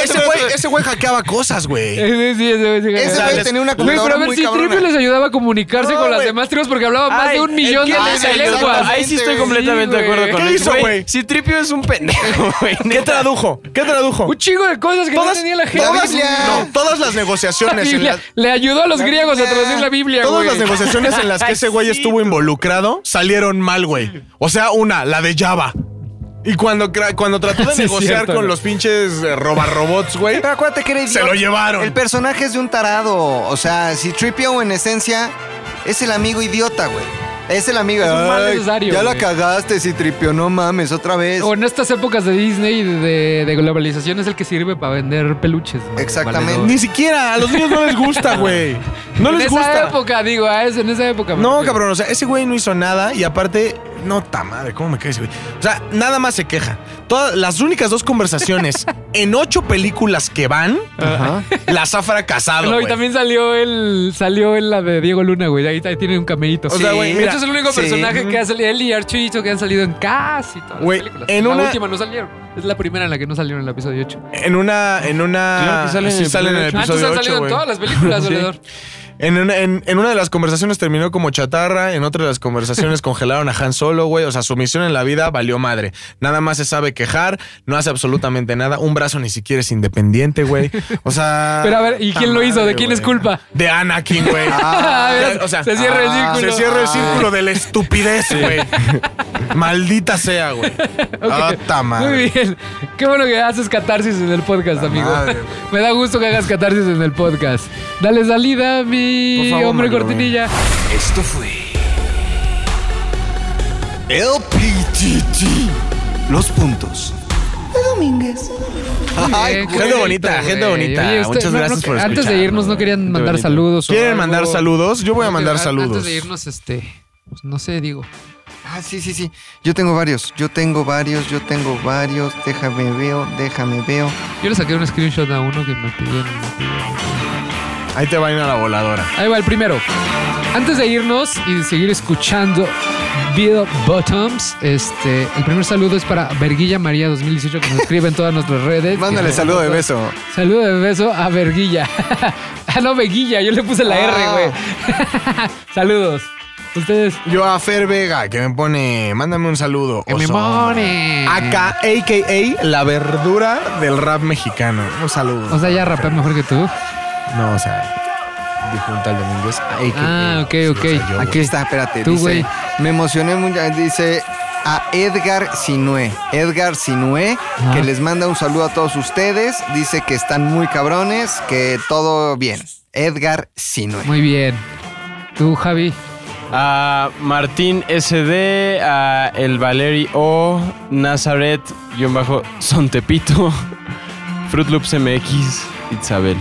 C: ese, güey, ese güey hackeaba cosas, güey.
A: Ese sí, ese güey sí,
B: Ese
A: güey.
B: güey tenía una
A: Güey, pero
B: computadora
A: a ver
B: muy
A: si Tripio
B: cabrona.
A: les ayudaba a comunicarse
C: No,
A: con las
C: güey.
A: demás tribus porque hablaba más
D: Ay,
A: de un
D: el
A: millón
D: que
A: de
D: les
B: de
D: ayudó.
A: lenguas.
D: Ahí sí estoy
B: Sí,
D: completamente
A: güey.
D: de acuerdo con
C: ¿Qué
D: él.
C: hizo, güey?
D: Citripio es un pendejo, güey.
C: ¿Qué tradujo? ¿Qué tradujo?
A: Un chingo de cosas que no tenía la gente.
B: La
C: todas-
B: Biblia.
C: no, todas las
A: La
C: negociaciones. en
A: Biblia.
C: las-
A: Le ayudó a los
B: La
A: griegos a
B: Biblia.
A: traducir la Biblia,
C: Todas
A: güey.
C: las negociaciones en las que ese güey
D: Ay, sí,
C: estuvo involucrado salieron mal, güey. O sea, una, la de Java. Y cuando, cra- cuando trató de
A: Sí, es
C: negociar
A: cierto,
C: con
A: güey.
C: los pinches eh, robarrobots, güey.
B: Pero acuérdate que era
C: Se
B: idiota.
C: lo llevaron.
B: El personaje es de un tarado. O sea, si Tripio en esencia es el amigo idiota, güey. Es el amigo.
A: Es un mal
B: "Ay,
A: necesario,
B: Ya la
A: güey".
B: cagaste, Citripio. No mames, otra vez.
A: O en estas épocas de Disney de, de- de globalización es el que sirve para vender peluches. güey,
B: Exactamente.
A: valedor.
C: Ni siquiera, a los niños no les gusta, güey. No
A: en
C: les
A: esa
C: gusta.
A: época, digo, a ese- en esa época. me
C: No,
A: refiero.
C: cabrón, o sea, ese güey no hizo nada y aparte, no ta madre, ¿cómo me cae ese güey? O sea, nada más se queja. todas las únicas dos conversaciones en ocho películas que van, las ha fracasado.
A: No, y
C: güey.
A: también salió el salió el, la de Diego Luna, güey. Ahí, ahí tiene un cameíto.
C: O sea, güey,
A: De
C: mira,
A: hecho, es el único
B: sí.
A: personaje que ha salido. Él y Archivito que han salido en casi todas las
C: Güey,
A: películas.
C: en
A: la
C: una-
A: última no salieron. Es la primera en la que no salieron en el episodio 8.
C: En una. En una.
D: Claro que salen
C: sí
D: en el
C: salen en el
A: Antes
C: episodio
D: episodio
A: han
C: 8,
A: Ah, salido en
C: güey.
A: todas las películas, Valedor.
C: En una, en- en una de las conversaciones terminó como chatarra, en otra de las conversaciones congelaron a Han Solo, güey. O sea, su misión en la vida valió madre. Nada más se sabe quejar, no hace absolutamente nada. Un brazo ni siquiera es independiente, güey. O sea.
A: Pero a ver, ¿y quién lo hizo? ¿De quién es culpa?
C: De Anakin, güey.
A: Ah, mira, se cierra el
C: ah,
A: círculo.
C: Se cierra el círculo de la estupidez, güey. Maldita sea, güey.
A: Ok.
B: Ah, ta madre.
A: Muy bien. Qué bueno que haces catarsis en el podcast, amigo.
B: madre, güey.
A: Me da gusto que hagas catarsis en el podcast. Dale salida, mi
B: Por favor,
A: hombre
B: Manolo,
A: cortinilla.
E: Esto fue. LPTT. Los puntos.
A: Eh,
B: Ay,
A: qué
B: güey.
C: gente
A: bonito,
C: bonita,
A: Eh, güey.
C: gente bonita.
A: Oye, usted-
C: Muchas
A: no,
C: gracias
A: no,
C: por
A: Antes de
C: escucharnos.
A: irnos, no querían mandar
D: bonito.
A: saludos. o
C: ¿Quieren
A: algo?
C: mandar saludos? Yo voy a
A: Antes-
C: mandar
A: an-
C: saludos.
A: Antes de irnos, este. pues, No sé, digo.
B: Ah, sí, sí, sí. Yo tengo varios. Yo tengo varios. Yo tengo varios. Déjame veo. Déjame veo.
A: Yo le saqué un screenshot a uno que me pidieron. me pidieron.
C: Ahí te va a ir a la voladora.
A: Ahí va el primero. Antes de irnos y de seguir escuchando Bill Bottoms, este, el primer saludo es para Verguilla María 2018 que nos escribe en todas nuestras redes.
B: Mándale
A: Que-
B: saludo de beso.
A: Saludo de beso a Verguilla. ah, no, Veguilla, yo le puse la
B: Ah.
A: R, güey. Saludos. Ustedes.
C: Yo a Fer Vega, que me pone, mándame un saludo.
A: Que me
C: oso".
A: mone.
C: Acá, a.k.a. la verdura del rap mexicano. Un saludo.
A: O sea, ya rapé mejor que tú.
C: No, o sea, dijo un tal Domínguez. a.k.a..
A: Ah, ok,
C: Sí, o
A: ok.
C: sea, yo,
A: Aquí
C: güey.
B: Está, espérate.
A: Tú,
B: dice,
A: güey.
B: Me emocioné mucho. Dice a Edgar Sinué. Edgar Sinué,
A: Ah.
B: que les manda un saludo a todos ustedes. Dice que están muy cabrones, que todo bien. Edgar Sinué.
A: Muy bien. Tú, Javi.
D: A Martín SD, a el Valeri O, Nazaret, guión bajo, Sontepito, Fruit Loops MX, Isabel.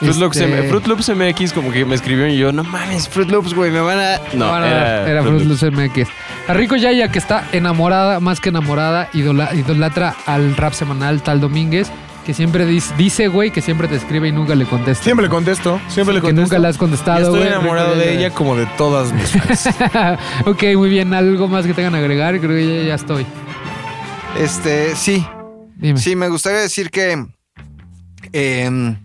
D: Fruit, Loops,
A: Este-
D: M- Fruit Loops MX como que me escribió y yo, no mames, Fruit Loops, güey, me van a... No,
A: Ahora,
D: era,
A: era Bruce MX. A Rico Yaya, que está enamorada, más que enamorada, idola- idolatra al rap semanal Tal Domínguez, que siempre dis- dice, güey, que siempre te escribe y nunca le contesta.
C: Siempre le contesto, siempre le
A: Que
C: contesto.
A: nunca le has
C: Y
A: contestado,
C: estoy
A: güey.
C: enamorado
A: Rico
C: de
A: Yaya.
C: ella como de todas mis fans.
A: ok, muy bien. ¿Algo más que tengan que agregar? Creo que ya, ya estoy.
B: Este, sí.
A: Dime.
B: Sí, me gustaría decir que. em,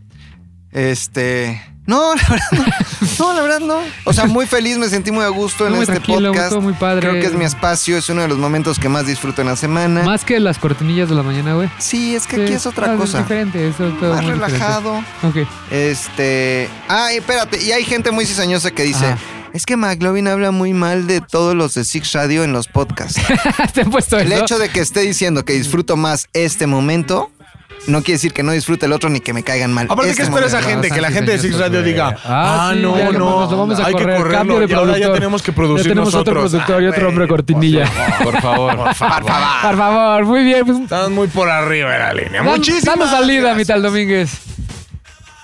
B: este. No, la verdad no. No, la verdad no. O sea, muy feliz, me sentí muy a gusto en
A: Estuvo muy
B: este
A: tranquilo,
B: podcast.
A: estuvo muy padre.
B: Creo que es mi espacio, es uno de los momentos que más disfruto en la semana.
A: Más que las cortinillas de la mañana, güey.
B: Sí, es que aquí
A: Sí,
B: es otra
A: ah,
B: cosa.
A: Es diferente, es todo
B: Más
A: muy diferente.
B: relajado.
A: Ok.
B: Este. Ah, espérate. Y hay gente muy cizañosa que dice.
A: Ajá.
B: Es que McLovin habla muy mal de todos los de Six Radio en los podcasts.
A: Te han puesto
B: El
A: eso.
B: hecho de que esté diciendo que disfruto más este momento no quiere decir que no disfrute el otro ni que me caigan mal.
C: Aparte,
B: Este
C: ¿qué espera esa
B: momento.
C: gente?
A: No,
C: Que la
A: sí,
C: gente de
A: Ah, señor,
C: Six Radio
A: güey.
C: diga,
A: Ah,
C: ah,
A: sí,
C: no,
A: ya,
C: no,
A: nos lo vamos a
C: hay que
A: correr,
C: correrlo.
A: cambio de
C: y ahora ya
A: productor.
C: tenemos que
A: Ya
C: producir
A: tenemos otro
C: nosotros.
A: productor y
C: Ah,
A: otro hombre
C: güey,
A: cortinilla.
D: Por favor, por favor.
A: Por favor, muy bien. Pues,
C: Están muy por arriba de la línea.
A: dan-
C: Muchísimas
A: danos salida,
C: gracias.
A: mi tal Domínguez.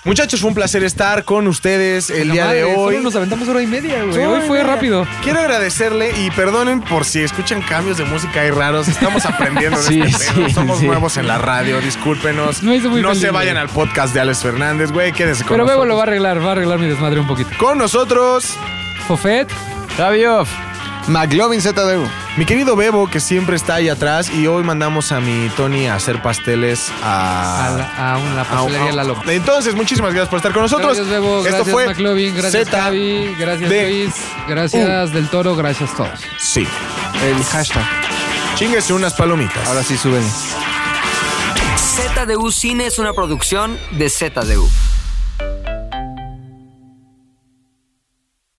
C: Muchachos, fue un placer estar con ustedes el
A: La
C: día de
A: madre,
C: hoy.
A: Solo nos aventamos hora y media, güey.
C: Solo
A: Hoy fue
C: media.
A: rápido.
C: Quiero agradecerle y perdonen por si escuchan cambios de música ahí raros. Estamos aprendiendo de
D: Sí,
C: este pedo.
D: sí,
C: Somos
D: sí.
C: nuevos en la radio, discúlpenos.
A: Me hizo muy
C: no
A: feliz,
C: se vayan
A: güey.
C: al podcast de Alex Fernández, güey. Quédense con
A: Pero luego
C: nosotros.
A: lo va a arreglar, va a arreglar mi desmadre un poquito.
C: Con nosotros,
A: Fofet,
D: Fabio,
B: McLovin ZDU.
C: mi querido Bebo, que siempre está ahí atrás. Y hoy mandamos a mi Tony a hacer pasteles a...
A: a, la, a una pastelería La Loma.
C: Entonces, muchísimas gracias por estar con nosotros.
A: gracias, Bebo.
C: Esto
A: gracias,
C: fue
A: McLovin. Gracias,
C: Z.
A: Javi. Gracias,
C: de-
A: Luis. Gracias, Del Toro. Gracias a todos.
C: Sí.
B: El hashtag.
C: Chinguese unas palomitas.
B: Ahora sí, súbele.
G: ZDU Cine es una producción de ZDU.